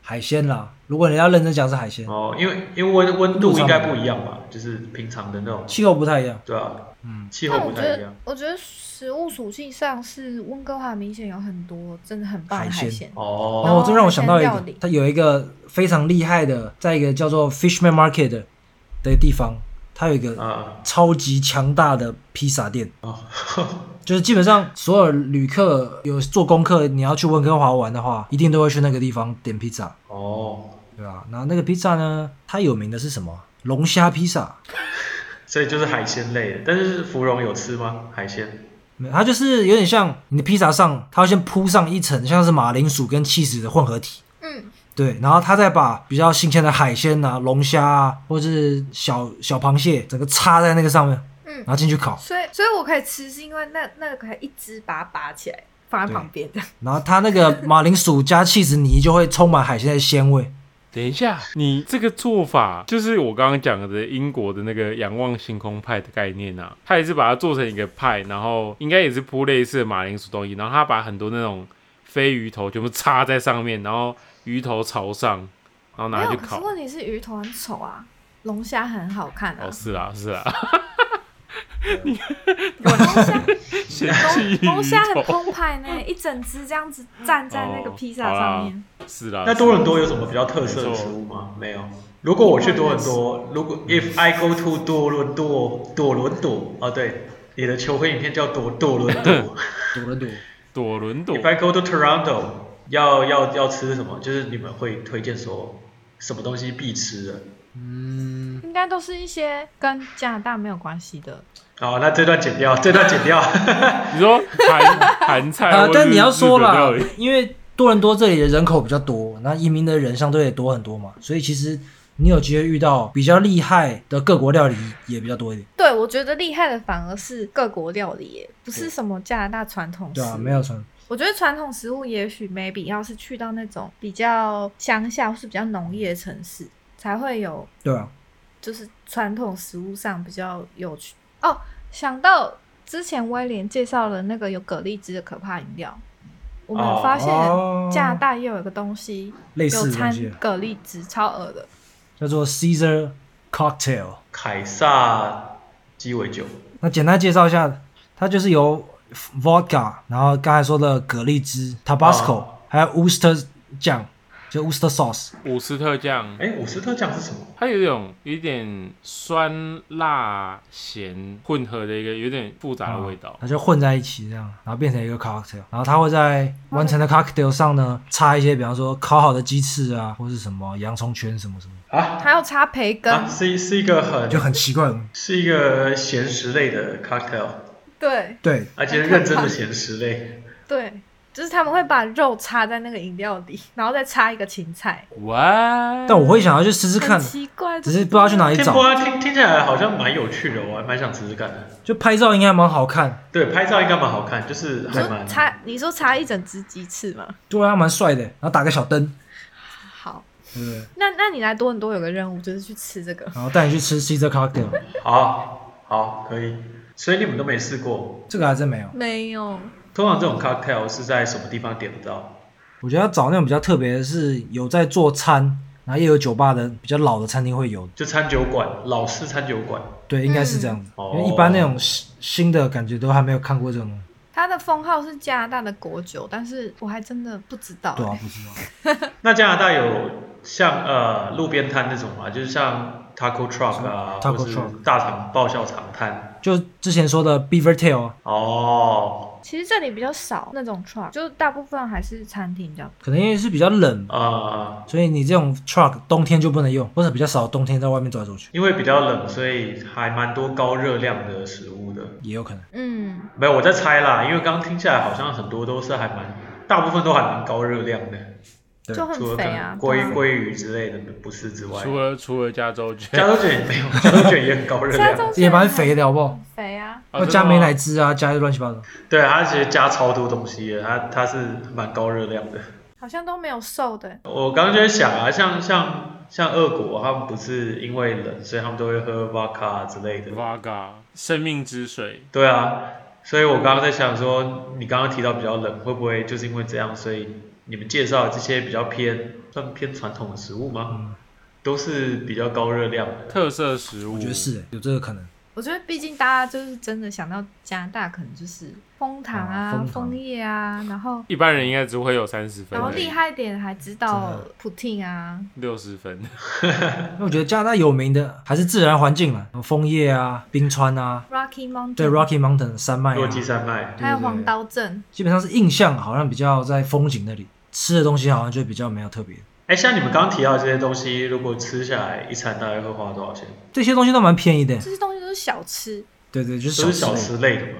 Speaker 1: 海鲜啦，如果你要认真讲是海鲜，
Speaker 2: 哦，因为因为温温度应该不一样吧，就是平常的那种，
Speaker 1: 气候不太一样，
Speaker 2: 对啊，
Speaker 1: 嗯，
Speaker 2: 气候
Speaker 3: 但我
Speaker 2: 不
Speaker 3: 觉
Speaker 2: 太一
Speaker 3: 得
Speaker 2: 样。，
Speaker 3: 我觉得食物属性上是温哥华明显有很多真的很棒的
Speaker 1: 海
Speaker 3: 海
Speaker 1: 鲜
Speaker 3: 鲜，
Speaker 1: 然后
Speaker 2: 哦
Speaker 1: 这让我想到一
Speaker 3: 海鲜料
Speaker 1: 个
Speaker 3: 理，
Speaker 1: 它有一个非常厉害的，在一个叫做 Fishman Market 的的地方，它有一个
Speaker 2: 啊，哦
Speaker 1: 超级强大的披萨店。 就是基本上所有旅客有做功课，你要去温哥华玩的话，一定都会去那个地方点披萨，
Speaker 2: 哦，
Speaker 1: 对吧？然后那个披萨呢，它有名的是什么？龙虾披萨，
Speaker 2: 所以就是海鲜类的，但是芙蓉有吃吗？海鲜？
Speaker 1: 没有它就是有点像你的披萨上，它要先铺上一层像是马铃薯跟 cheese 的混合体，
Speaker 3: 嗯，
Speaker 1: 对，然后他再把比较新鲜的海鲜啊、龙虾啊，或是小小螃蟹，整个插在那个上面，
Speaker 3: 嗯
Speaker 1: 然后进去烤。
Speaker 3: 所以所以我可以吃是因为那那个可以一只把它拔起来放在旁边这样，
Speaker 1: 然后它那个马铃薯加 cheese 泥就会充满海鲜的鲜味。
Speaker 4: 等一下，你这个做法就是我刚刚讲的英国的那个仰望星空派的概念啊，它也是把它做成一个派，然后应该也是铺类似的马铃薯东西，然后它把很多那种飞鱼头全部插在上面，然后鱼头朝上，然后拿
Speaker 3: 没
Speaker 4: 去
Speaker 3: 有，可
Speaker 4: 烤
Speaker 3: 是。问题是鱼头很丑啊，龙虾很好看啊
Speaker 4: 哦，，是 啦，是啦，
Speaker 3: 龙虾
Speaker 4: 嫌弃
Speaker 3: 龙龙虾很
Speaker 4: 鱼头。
Speaker 3: 澎湃呢，一整只这样子站在那个披萨上面，
Speaker 4: 是啦，
Speaker 2: 那
Speaker 4: 是
Speaker 2: 多
Speaker 4: 啦
Speaker 2: 伦多有什么比较特色的食物吗？没有。如果我去多伦多，如果 if I go to 多伦多，多伦多，哦对，你的求婚影片叫多多伦多。
Speaker 1: 躲了躲，
Speaker 4: 多伦多
Speaker 2: If I go to Toronto，要要要吃什么？就是你们会推荐说什么东西必吃的？
Speaker 1: 嗯，
Speaker 3: 应该都是一些跟加拿大没有关系的，
Speaker 2: 好，那这段剪掉，这段剪掉。
Speaker 4: 你说 韩韩菜或
Speaker 1: 呃
Speaker 4: 哎是，
Speaker 1: 但你要说
Speaker 4: 日
Speaker 1: 啦
Speaker 4: 本料理，
Speaker 1: 因为多伦多这里的人口比较多，那移民的人相对也多很多嘛，所以其实你有机会遇到比较厉害的各国料理也比较多一点，
Speaker 3: 对，我觉得厉害的反而是各国料理耶，不是什么加拿大传统食
Speaker 1: 对
Speaker 3: 物。
Speaker 1: 啊，没有错。
Speaker 3: 我觉得传统食物也许 maybe 要是去到那种比较乡下或是比较农业城市，才会有
Speaker 1: 对啊，
Speaker 3: 就是传统食物上比较有趣哦。想到之前威廉介绍了那个有蛤蜊汁的可怕饮料，我们
Speaker 2: 哦
Speaker 3: 发现
Speaker 1: 哦
Speaker 3: 加拿大也有一个东西
Speaker 1: 类似
Speaker 3: 有
Speaker 1: 的东
Speaker 3: 掺
Speaker 1: 西
Speaker 3: 蛤蜊汁，超恶的。
Speaker 1: 叫做 Caesar Cocktail。
Speaker 2: 凯撒鸡尾酒，
Speaker 1: 那简单介绍一下，它就是由 vodka，然后刚才说的蛤蜊汁 Tabasco，、
Speaker 2: 哦
Speaker 1: 还有 Worcester 酱，就 Worcester sauce。
Speaker 4: 伍斯特酱，
Speaker 2: 哎，伍斯特酱是什么？
Speaker 4: 它有一种有一点酸辣咸混合的一个有点复杂的味道。
Speaker 1: 它就混在一起这样，然后变成一个 cocktail，然后它会在完成的 cocktail 上呢插一些，比方说烤好的鸡翅啊，或是什么洋葱圈什么什么，
Speaker 2: 啊
Speaker 3: 还要插培根，
Speaker 2: 啊，是一是一个很
Speaker 1: 就很奇怪。
Speaker 2: 是一个咸食类的 cocktail，
Speaker 3: 对
Speaker 1: 对，
Speaker 2: 而且是认真 的咸食类。
Speaker 3: 对，就是他们会把肉插在那个饮料里，然后再插一个芹菜，
Speaker 4: 哇！
Speaker 1: 但我会想要去试试
Speaker 3: 很
Speaker 1: 看，
Speaker 3: 奇怪，
Speaker 1: 只是不知道去哪里
Speaker 2: 听
Speaker 1: 找
Speaker 2: 不。啊，听听起来好像蛮有趣的，我还蛮想试试看的。
Speaker 1: 就拍照应该蛮好看，
Speaker 2: 对，拍照应该蛮好看，就是
Speaker 3: 你
Speaker 2: 还
Speaker 3: 说
Speaker 1: 嗯
Speaker 2: 蛮
Speaker 3: 插，你说插一整只鸡翅吗？
Speaker 1: 对啊，蛮帅的。然后打个小灯，
Speaker 3: 好，
Speaker 1: 对不对？
Speaker 3: 那那你来多伦多有个任务，就是去吃这个。
Speaker 1: 然后带你去吃 Caesar cocktail，
Speaker 2: 好，好，可以。所以你们都没试过，
Speaker 1: 这个还真没有。
Speaker 3: 没有，
Speaker 2: 通常这种 cocktail 是在什么地方点得到？
Speaker 1: 我觉得要找那种比较特别的是有在做餐，然后也有酒吧的比较老的餐厅会有的，
Speaker 2: 就餐酒馆，老式餐酒馆。
Speaker 1: 对，应该是这样子。
Speaker 2: 嗯
Speaker 1: 因为一般那种新新的感觉都还没有看过这种，
Speaker 3: 它的封号是加拿大的国酒，但是我还真的不知道、
Speaker 1: 对啊，
Speaker 4: 哦
Speaker 3: 欸
Speaker 1: 不知道。
Speaker 2: 那加拿大有像呃路边摊那种吗？就是像 taco truck 啊，
Speaker 1: Taco
Speaker 2: 或是
Speaker 1: truck
Speaker 2: 大肠爆笑肠摊。
Speaker 1: 就之前说的 Beaver Tail，
Speaker 2: 哦，
Speaker 3: 其实这里比较少那种 truck，就大部分还是餐厅这样。
Speaker 1: 可能因为是比较冷，
Speaker 2: 呃，
Speaker 1: 所以你这种 truck 冬天就不能用，或者比较少冬天在外面走来走去，
Speaker 2: 因为比较冷，所以还蛮多高热量的食物的。
Speaker 1: 也有可能。
Speaker 3: 嗯，
Speaker 2: 没有，我在猜啦，因为刚刚听下来好像很多都是还蛮，大部分都还蛮高热量的，
Speaker 1: 对
Speaker 3: 就
Speaker 2: 除了
Speaker 3: 很
Speaker 2: 可
Speaker 3: 肥
Speaker 2: 能
Speaker 3: 啊，对
Speaker 2: 鲑
Speaker 3: 啊
Speaker 2: 鲑鱼之类的不是之外，
Speaker 4: 除了除了加州 卷，
Speaker 2: 加州卷也 没有，加州卷也很高热
Speaker 3: 加州
Speaker 2: 量。
Speaker 1: 也蛮肥的，好不好
Speaker 3: 很？肥啊，
Speaker 1: 要
Speaker 4: 哦真的
Speaker 1: 加
Speaker 4: 吗
Speaker 1: 美 乃滋啊，加一乱七八糟。
Speaker 2: 对，它其实加超多东西的，它它是蛮高热量的。
Speaker 3: 好像都没有瘦的。
Speaker 2: 我刚刚就在想啊，像像像俄国，他们不是因为冷，所以他们都会喝 vodka 之类的。
Speaker 4: Vaga 生命之水，
Speaker 2: 对啊，所以我刚刚在想说，你刚刚提到比较冷，会不会就是因为这样，所以你们介绍的这些比较偏算偏传统的食物吗？
Speaker 1: 嗯
Speaker 2: 都是比较高热量的。
Speaker 4: 特色食物。
Speaker 1: 我觉得是、欸有这个可能。
Speaker 3: 我觉得，毕竟大家就是真的想到加拿大，可能就是枫糖
Speaker 1: 啊
Speaker 3: 啊、
Speaker 1: 枫
Speaker 3: 枫
Speaker 1: 糖
Speaker 3: 叶啊，然后
Speaker 4: 一般人应该只会有三十分
Speaker 3: 然后
Speaker 4: 而
Speaker 3: 厉
Speaker 4: 已，
Speaker 3: 害一点还知道
Speaker 1: 真
Speaker 3: 普汀啊，
Speaker 4: 六十分。
Speaker 1: 那我觉得加拿大有名的还是自然环境啦，枫叶啊、冰川啊，
Speaker 3: Rocky Mountain，
Speaker 1: 对 Rocky Mountain 山脉
Speaker 2: 落
Speaker 1: 啊，
Speaker 2: 基山脉，
Speaker 3: 还有黄刀镇，
Speaker 1: 基本上是印象好像比较在风景那里，吃的东西好像就比较没有特别。
Speaker 2: 哎，像你们刚刚提到的这些东西，如果吃下来一餐大概会花多少钱？
Speaker 1: 这些东西都蛮便宜的，
Speaker 3: 这些东西都是小吃。
Speaker 1: 对对，就是
Speaker 2: 都是小
Speaker 1: 小吃类
Speaker 2: 吃类的嘛。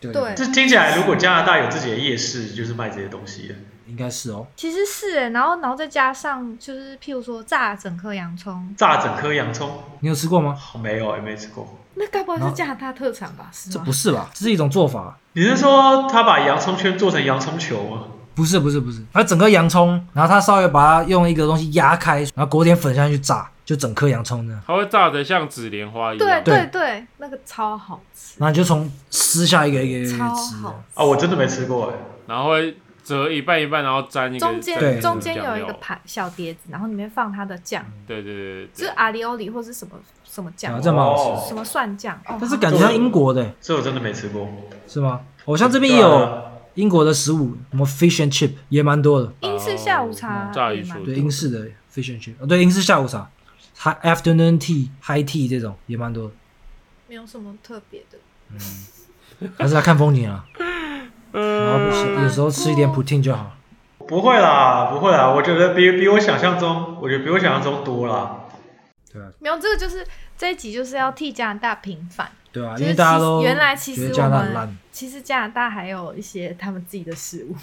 Speaker 1: 的，
Speaker 3: 对
Speaker 2: 这听起来，如果加拿大有自己的夜市，就是卖这些东西的。
Speaker 1: 应该是哦。
Speaker 3: 其实是哎，然后然后再加上就是譬如说炸整颗洋葱，
Speaker 2: 炸整颗洋葱，哦
Speaker 1: 你有吃过吗？
Speaker 2: 没有，也没吃过。
Speaker 3: 那该不会
Speaker 1: 然
Speaker 3: 是
Speaker 1: 后
Speaker 3: 加拿大特产吧？是
Speaker 1: 这
Speaker 3: 吗
Speaker 1: 不？是吧？这是一种做法。
Speaker 2: 你是说他把洋葱圈做成洋葱球吗？
Speaker 1: 不是不是不是，它整个洋葱，然后它稍微把它用一个东西压开，然后裹点粉下去炸，就整颗洋葱呢。
Speaker 4: 它会炸得像紫莲花一
Speaker 3: 对
Speaker 4: 样。
Speaker 1: 对
Speaker 3: 对对，那个超好吃，
Speaker 1: 然后你就从撕下一个一个一个一
Speaker 3: 超
Speaker 1: 个吃
Speaker 3: 好。
Speaker 2: 啊，我真的没吃过哎。
Speaker 4: 然后会折一半一半，然后沾一个
Speaker 3: 中
Speaker 1: 对
Speaker 3: 间
Speaker 1: 对
Speaker 3: 中间有一个
Speaker 4: 酱料
Speaker 3: 盘小碟子，然后里面放它的酱，
Speaker 4: 对对对对
Speaker 3: 就
Speaker 4: 对
Speaker 3: 是阿里欧里或是什么什么酱
Speaker 1: 啊，这蛮好吃
Speaker 2: 哦
Speaker 3: 什么蒜酱，哦，
Speaker 1: 但是感觉像英国的
Speaker 2: 这我真的没吃过。
Speaker 1: 是吗？我、像这边也
Speaker 2: 对啊
Speaker 1: 有英国的食物，什么 fish and chip 也蛮多的，
Speaker 3: 英式下午茶
Speaker 4: 哦炸
Speaker 3: 也
Speaker 4: 鱼薯
Speaker 3: 蛮
Speaker 4: 条
Speaker 1: 对英式的 fish and chip，哦对英式下午茶，high afternoon tea、high tea 这种也蛮多的，
Speaker 3: 没有什么特别的。
Speaker 1: 还是来看风 景啊。然后有有时候吃一
Speaker 3: 嗯
Speaker 1: 点 poutine 就好。
Speaker 2: 不会啦，不会啦，我觉得比比我想象中，我觉得比我想象中多啦。
Speaker 1: 对啊，
Speaker 3: 没有，这个就是这一集就是要替加拿大平反，
Speaker 1: 对啊，因
Speaker 3: 就是
Speaker 1: 为
Speaker 3: 其
Speaker 1: 大家都
Speaker 3: 原来其
Speaker 1: 觉
Speaker 3: 实
Speaker 1: 得
Speaker 3: 我
Speaker 1: 加拿大很
Speaker 3: 们
Speaker 1: 烂，
Speaker 3: 其实加拿大还有一些他们自己的食物。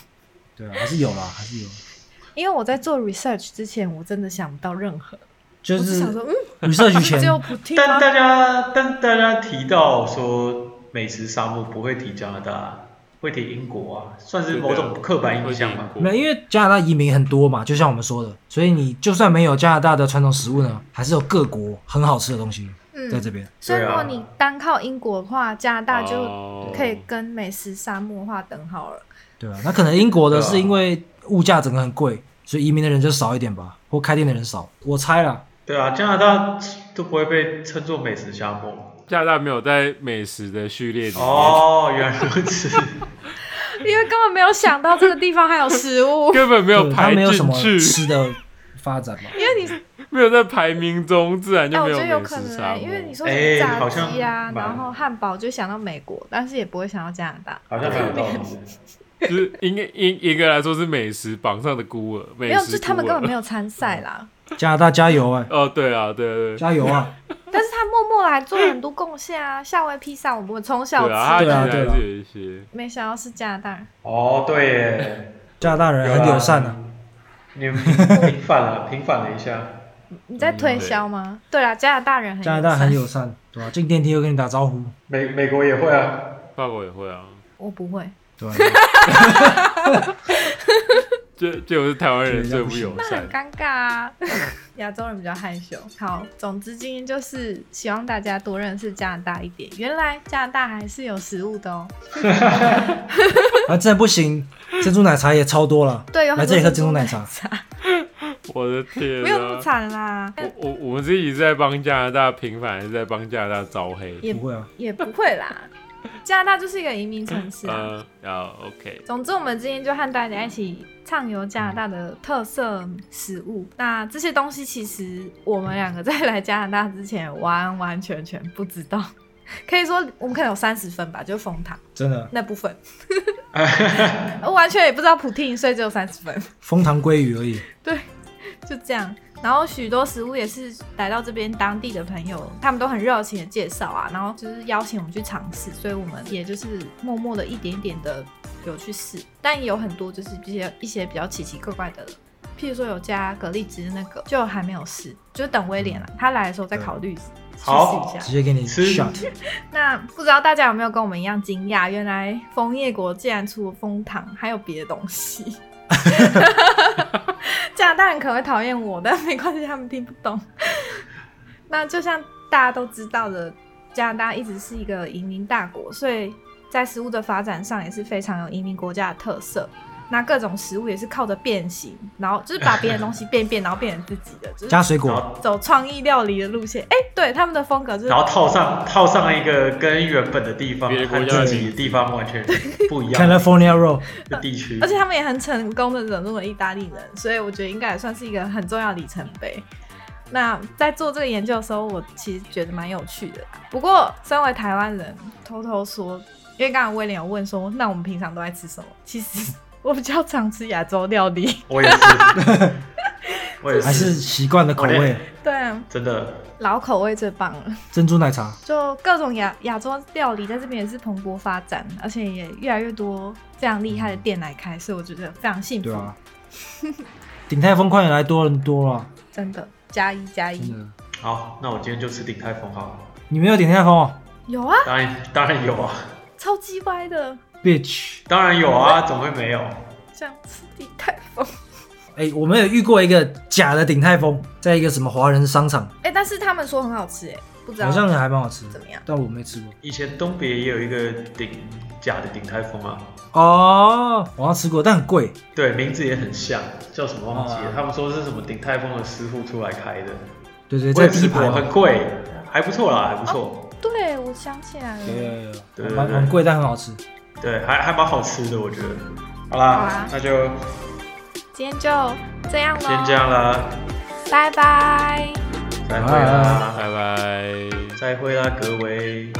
Speaker 1: 对啊，还是有啦，还是有。
Speaker 3: 因为我在做 research 之前，我真的想不到任何，
Speaker 1: 就
Speaker 3: 我只
Speaker 1: 是
Speaker 3: 想说，嗯，
Speaker 1: 你摄 取
Speaker 3: 只
Speaker 1: 前
Speaker 3: 有啊普汀吗
Speaker 2: 但？大家但大家提到说美食沙漠不会提加拿大，会提英国啊，算是某种刻板印象嘛。
Speaker 4: 会
Speaker 1: 没有，因为加拿大移民很多嘛，就像我们说的，所以你就算没有加拿大的传统食物呢，还是有各国很好吃的东西在这
Speaker 3: 嗯，
Speaker 1: 边。
Speaker 3: 所以
Speaker 2: 对
Speaker 3: 如
Speaker 2: 啊
Speaker 3: 果你单靠英国的话，加拿大就
Speaker 4: 哦
Speaker 3: 可以跟美食沙漠画等号了。
Speaker 1: 对啊，那可能英国的
Speaker 2: 对啊
Speaker 1: 是因为物价整个很贵，所以移民的人就少一点吧，或开店的人少。我猜啦，
Speaker 2: 对啊，加拿大都不会被称作美食沙漠。
Speaker 4: 加拿大没有在美食的序列里面。
Speaker 2: 哦，原来如此，
Speaker 3: 因为根本没有想到这个地方还有食物，
Speaker 4: 根本没有
Speaker 1: 对它
Speaker 4: 排
Speaker 1: 没
Speaker 4: 进
Speaker 1: 有什么
Speaker 4: 去，
Speaker 1: 吃的发展嘛。
Speaker 3: 因为你
Speaker 4: 没有在排名中，自然
Speaker 3: 哎、
Speaker 4: 就
Speaker 3: 我
Speaker 4: 没
Speaker 3: 觉得有
Speaker 4: 美
Speaker 3: 可
Speaker 4: 食
Speaker 3: 能、
Speaker 4: 沙
Speaker 3: 欸，
Speaker 4: 漠。
Speaker 3: 因为你说
Speaker 2: 哎
Speaker 3: 炸
Speaker 2: 好像
Speaker 3: 鸡啊，
Speaker 2: 蛮
Speaker 3: 然后汉堡就想到美国，但是也不会想到加拿大。
Speaker 2: 好像蛮有道理的。
Speaker 4: 就是应该应应该来说是美食榜上的孤儿，美
Speaker 3: 没有，
Speaker 4: 食啊
Speaker 3: 就他们
Speaker 4: 孤
Speaker 3: 根
Speaker 4: 儿
Speaker 3: 本没有参赛啦，
Speaker 1: 加拿大加油 哎、
Speaker 4: 哦，对啊，对对对，
Speaker 1: 加油啊！
Speaker 3: 但是他默默来做了很多贡献啊。夏威披萨我们从小
Speaker 4: 对啊，他嗯
Speaker 3: 吃
Speaker 4: 其实
Speaker 1: 对啊
Speaker 3: 的，
Speaker 4: 还
Speaker 1: 对啊
Speaker 4: 是有一些，
Speaker 3: 没想到是加拿大人。
Speaker 2: 哦，对耶，
Speaker 1: 加拿大人很友善啊。
Speaker 2: 你们平反了，平反了一下。
Speaker 3: 你在推销吗？对啦，加拿大人很
Speaker 1: 加拿大很
Speaker 3: 友
Speaker 1: 友善，对吧、进电梯会跟你打招呼，
Speaker 2: 美美国也会啊，
Speaker 4: 法国也会啊，
Speaker 3: 善，我不会，
Speaker 1: 对吧、
Speaker 4: 这这我是台湾人
Speaker 1: 觉
Speaker 4: 最
Speaker 1: 得
Speaker 4: 不
Speaker 1: 不
Speaker 4: 友
Speaker 3: 那
Speaker 4: 善
Speaker 3: 很。尴尬啊。 亚洲人比较害羞。好，总之今天就是希望大家多认识加拿大一点。原来加拿大还是有食物的哦。
Speaker 1: 啊，真的不行，珍珠奶茶也超多了。
Speaker 3: 对，有
Speaker 1: 来
Speaker 3: 很
Speaker 1: 这
Speaker 3: 多
Speaker 1: 里喝
Speaker 3: 珍
Speaker 1: 珍
Speaker 3: 珠
Speaker 1: 珠
Speaker 3: 奶
Speaker 1: 奶茶，
Speaker 4: 啊我的天
Speaker 3: 没有那么
Speaker 4: 啊！
Speaker 3: 惨啦，
Speaker 4: 我我我们自己在帮加拿大平反，还是在帮加拿大招黑？
Speaker 3: 也
Speaker 1: 不会啊，
Speaker 3: 也不会啦。加拿大就是一个移民城 市啊。
Speaker 4: 嗯，啊，OK，
Speaker 3: 总之，我们今天就和大家一起畅游加拿大的特色食物。那这些东西其实我们两个在来加拿大之前完完全全不知道， 可以说我们可能有三十分吧，就是枫糖
Speaker 1: 真的
Speaker 3: 那部分，完全也不知道普汀，所以只有三十分。
Speaker 1: 枫糖鲑鱼而已。
Speaker 3: 就这样。然后许多食物也是来到这边当地的朋友，他们都很热情的介绍啊，然后就是邀请我们去尝试，所以我们也就是默默的一点一点的有去试，但也有很多就是一些一些比较奇奇怪怪的，譬如说有加蛤蜊汁那个就还没有试，就等威廉来啊他来的时候再考虑去
Speaker 2: 好
Speaker 3: 试一
Speaker 1: 直
Speaker 3: 下。
Speaker 1: 接给你
Speaker 2: 吃
Speaker 1: shot，
Speaker 3: 那不知道大家有没有跟我们一样惊讶，原来枫叶国竟然除了枫糖还有别的东西。 加拿大人可能会讨厌我，但没关系，他们听不懂。 那就像大家都知道的，加拿大一直是一个移民大国，所以在食物的发展上也是非常有移民国家的特色。那各种食物也是靠着变形，然后就是把别人的东西变一变，然后变成自己的，就是
Speaker 1: 加水
Speaker 2: 然
Speaker 1: 果，
Speaker 2: 后
Speaker 3: 走创意料理的路线。哎、对，他们的风格就是
Speaker 2: 然后套上套上一个跟原本的地方
Speaker 4: 别的国
Speaker 2: 和
Speaker 4: 家
Speaker 1: 的
Speaker 2: 自己的地方完全不一样
Speaker 1: California roll，
Speaker 2: 的地区
Speaker 3: 而，且他们也很成功的融入了意大利人，所以我觉得应该也算是一个很重要的里程碑。那在做这个研究的时候，我其实觉得蛮有趣的啦。不过，身为台湾人，偷偷说，因为刚才威廉有问说，那我们平常都在吃什么？其实 我比较常吃亚洲料理，
Speaker 2: 我也是，我也
Speaker 1: 还是
Speaker 2: 是，
Speaker 1: 习惯的口
Speaker 2: 我
Speaker 1: 味
Speaker 2: 连，
Speaker 3: 对、啊，
Speaker 2: 真的
Speaker 3: 老口味最棒了。
Speaker 1: 珍珠奶茶。
Speaker 3: 就各种亚亚洲料理在这边也是蓬勃发展，而且也越来越多这样厉害的店来开，所以我觉得非常幸福。
Speaker 1: 对 啊，鼎泰丰快点来多伦多啊！
Speaker 3: 真的，加一加
Speaker 1: 真
Speaker 3: 一，
Speaker 1: 的，
Speaker 2: 好。那我今天就吃鼎泰丰好了，
Speaker 1: 你没有鼎泰丰哦
Speaker 3: 有啊，
Speaker 2: 当然当然有啊，
Speaker 3: 超级歪的。
Speaker 1: ，bitch！
Speaker 2: 当然有啊，怎么会没有？
Speaker 3: 这样吃地太丰。
Speaker 1: 哎、我们有遇过一个假的鼎泰丰，在一个什么华人商场，
Speaker 3: 哎、但是他们说很好吃、哎，不知道
Speaker 1: 好像还蛮好吃，
Speaker 3: 怎么样？
Speaker 1: 但我没吃过。
Speaker 2: 以前东北也有一个鼎假的鼎泰丰啊，
Speaker 1: 哦，我好像吃过，但很贵。
Speaker 2: 对，名字也很像，叫什么忘记了
Speaker 1: 哦。
Speaker 2: 他们说是什么鼎泰丰的师傅出来开的，
Speaker 1: 对对，
Speaker 2: 我
Speaker 1: 在
Speaker 2: 也
Speaker 1: 第
Speaker 2: 吃
Speaker 1: 一
Speaker 2: 过
Speaker 1: 排，嘛。哦
Speaker 2: 很贵，还不错啦，还不错，
Speaker 3: 对，我想起来
Speaker 1: 有
Speaker 3: 了。
Speaker 1: 有有
Speaker 2: 对
Speaker 1: 有，蛮蛮贵，但很好吃。
Speaker 2: 对，还还蛮好吃的，我觉得。好
Speaker 3: 好
Speaker 2: 啦
Speaker 3: 啊，
Speaker 2: 那就
Speaker 3: 今天就这样
Speaker 2: 先
Speaker 3: 喽
Speaker 2: 这，样啦，
Speaker 3: 拜拜。
Speaker 2: 再会啦，
Speaker 4: 拜拜。
Speaker 2: 再会啦，各位。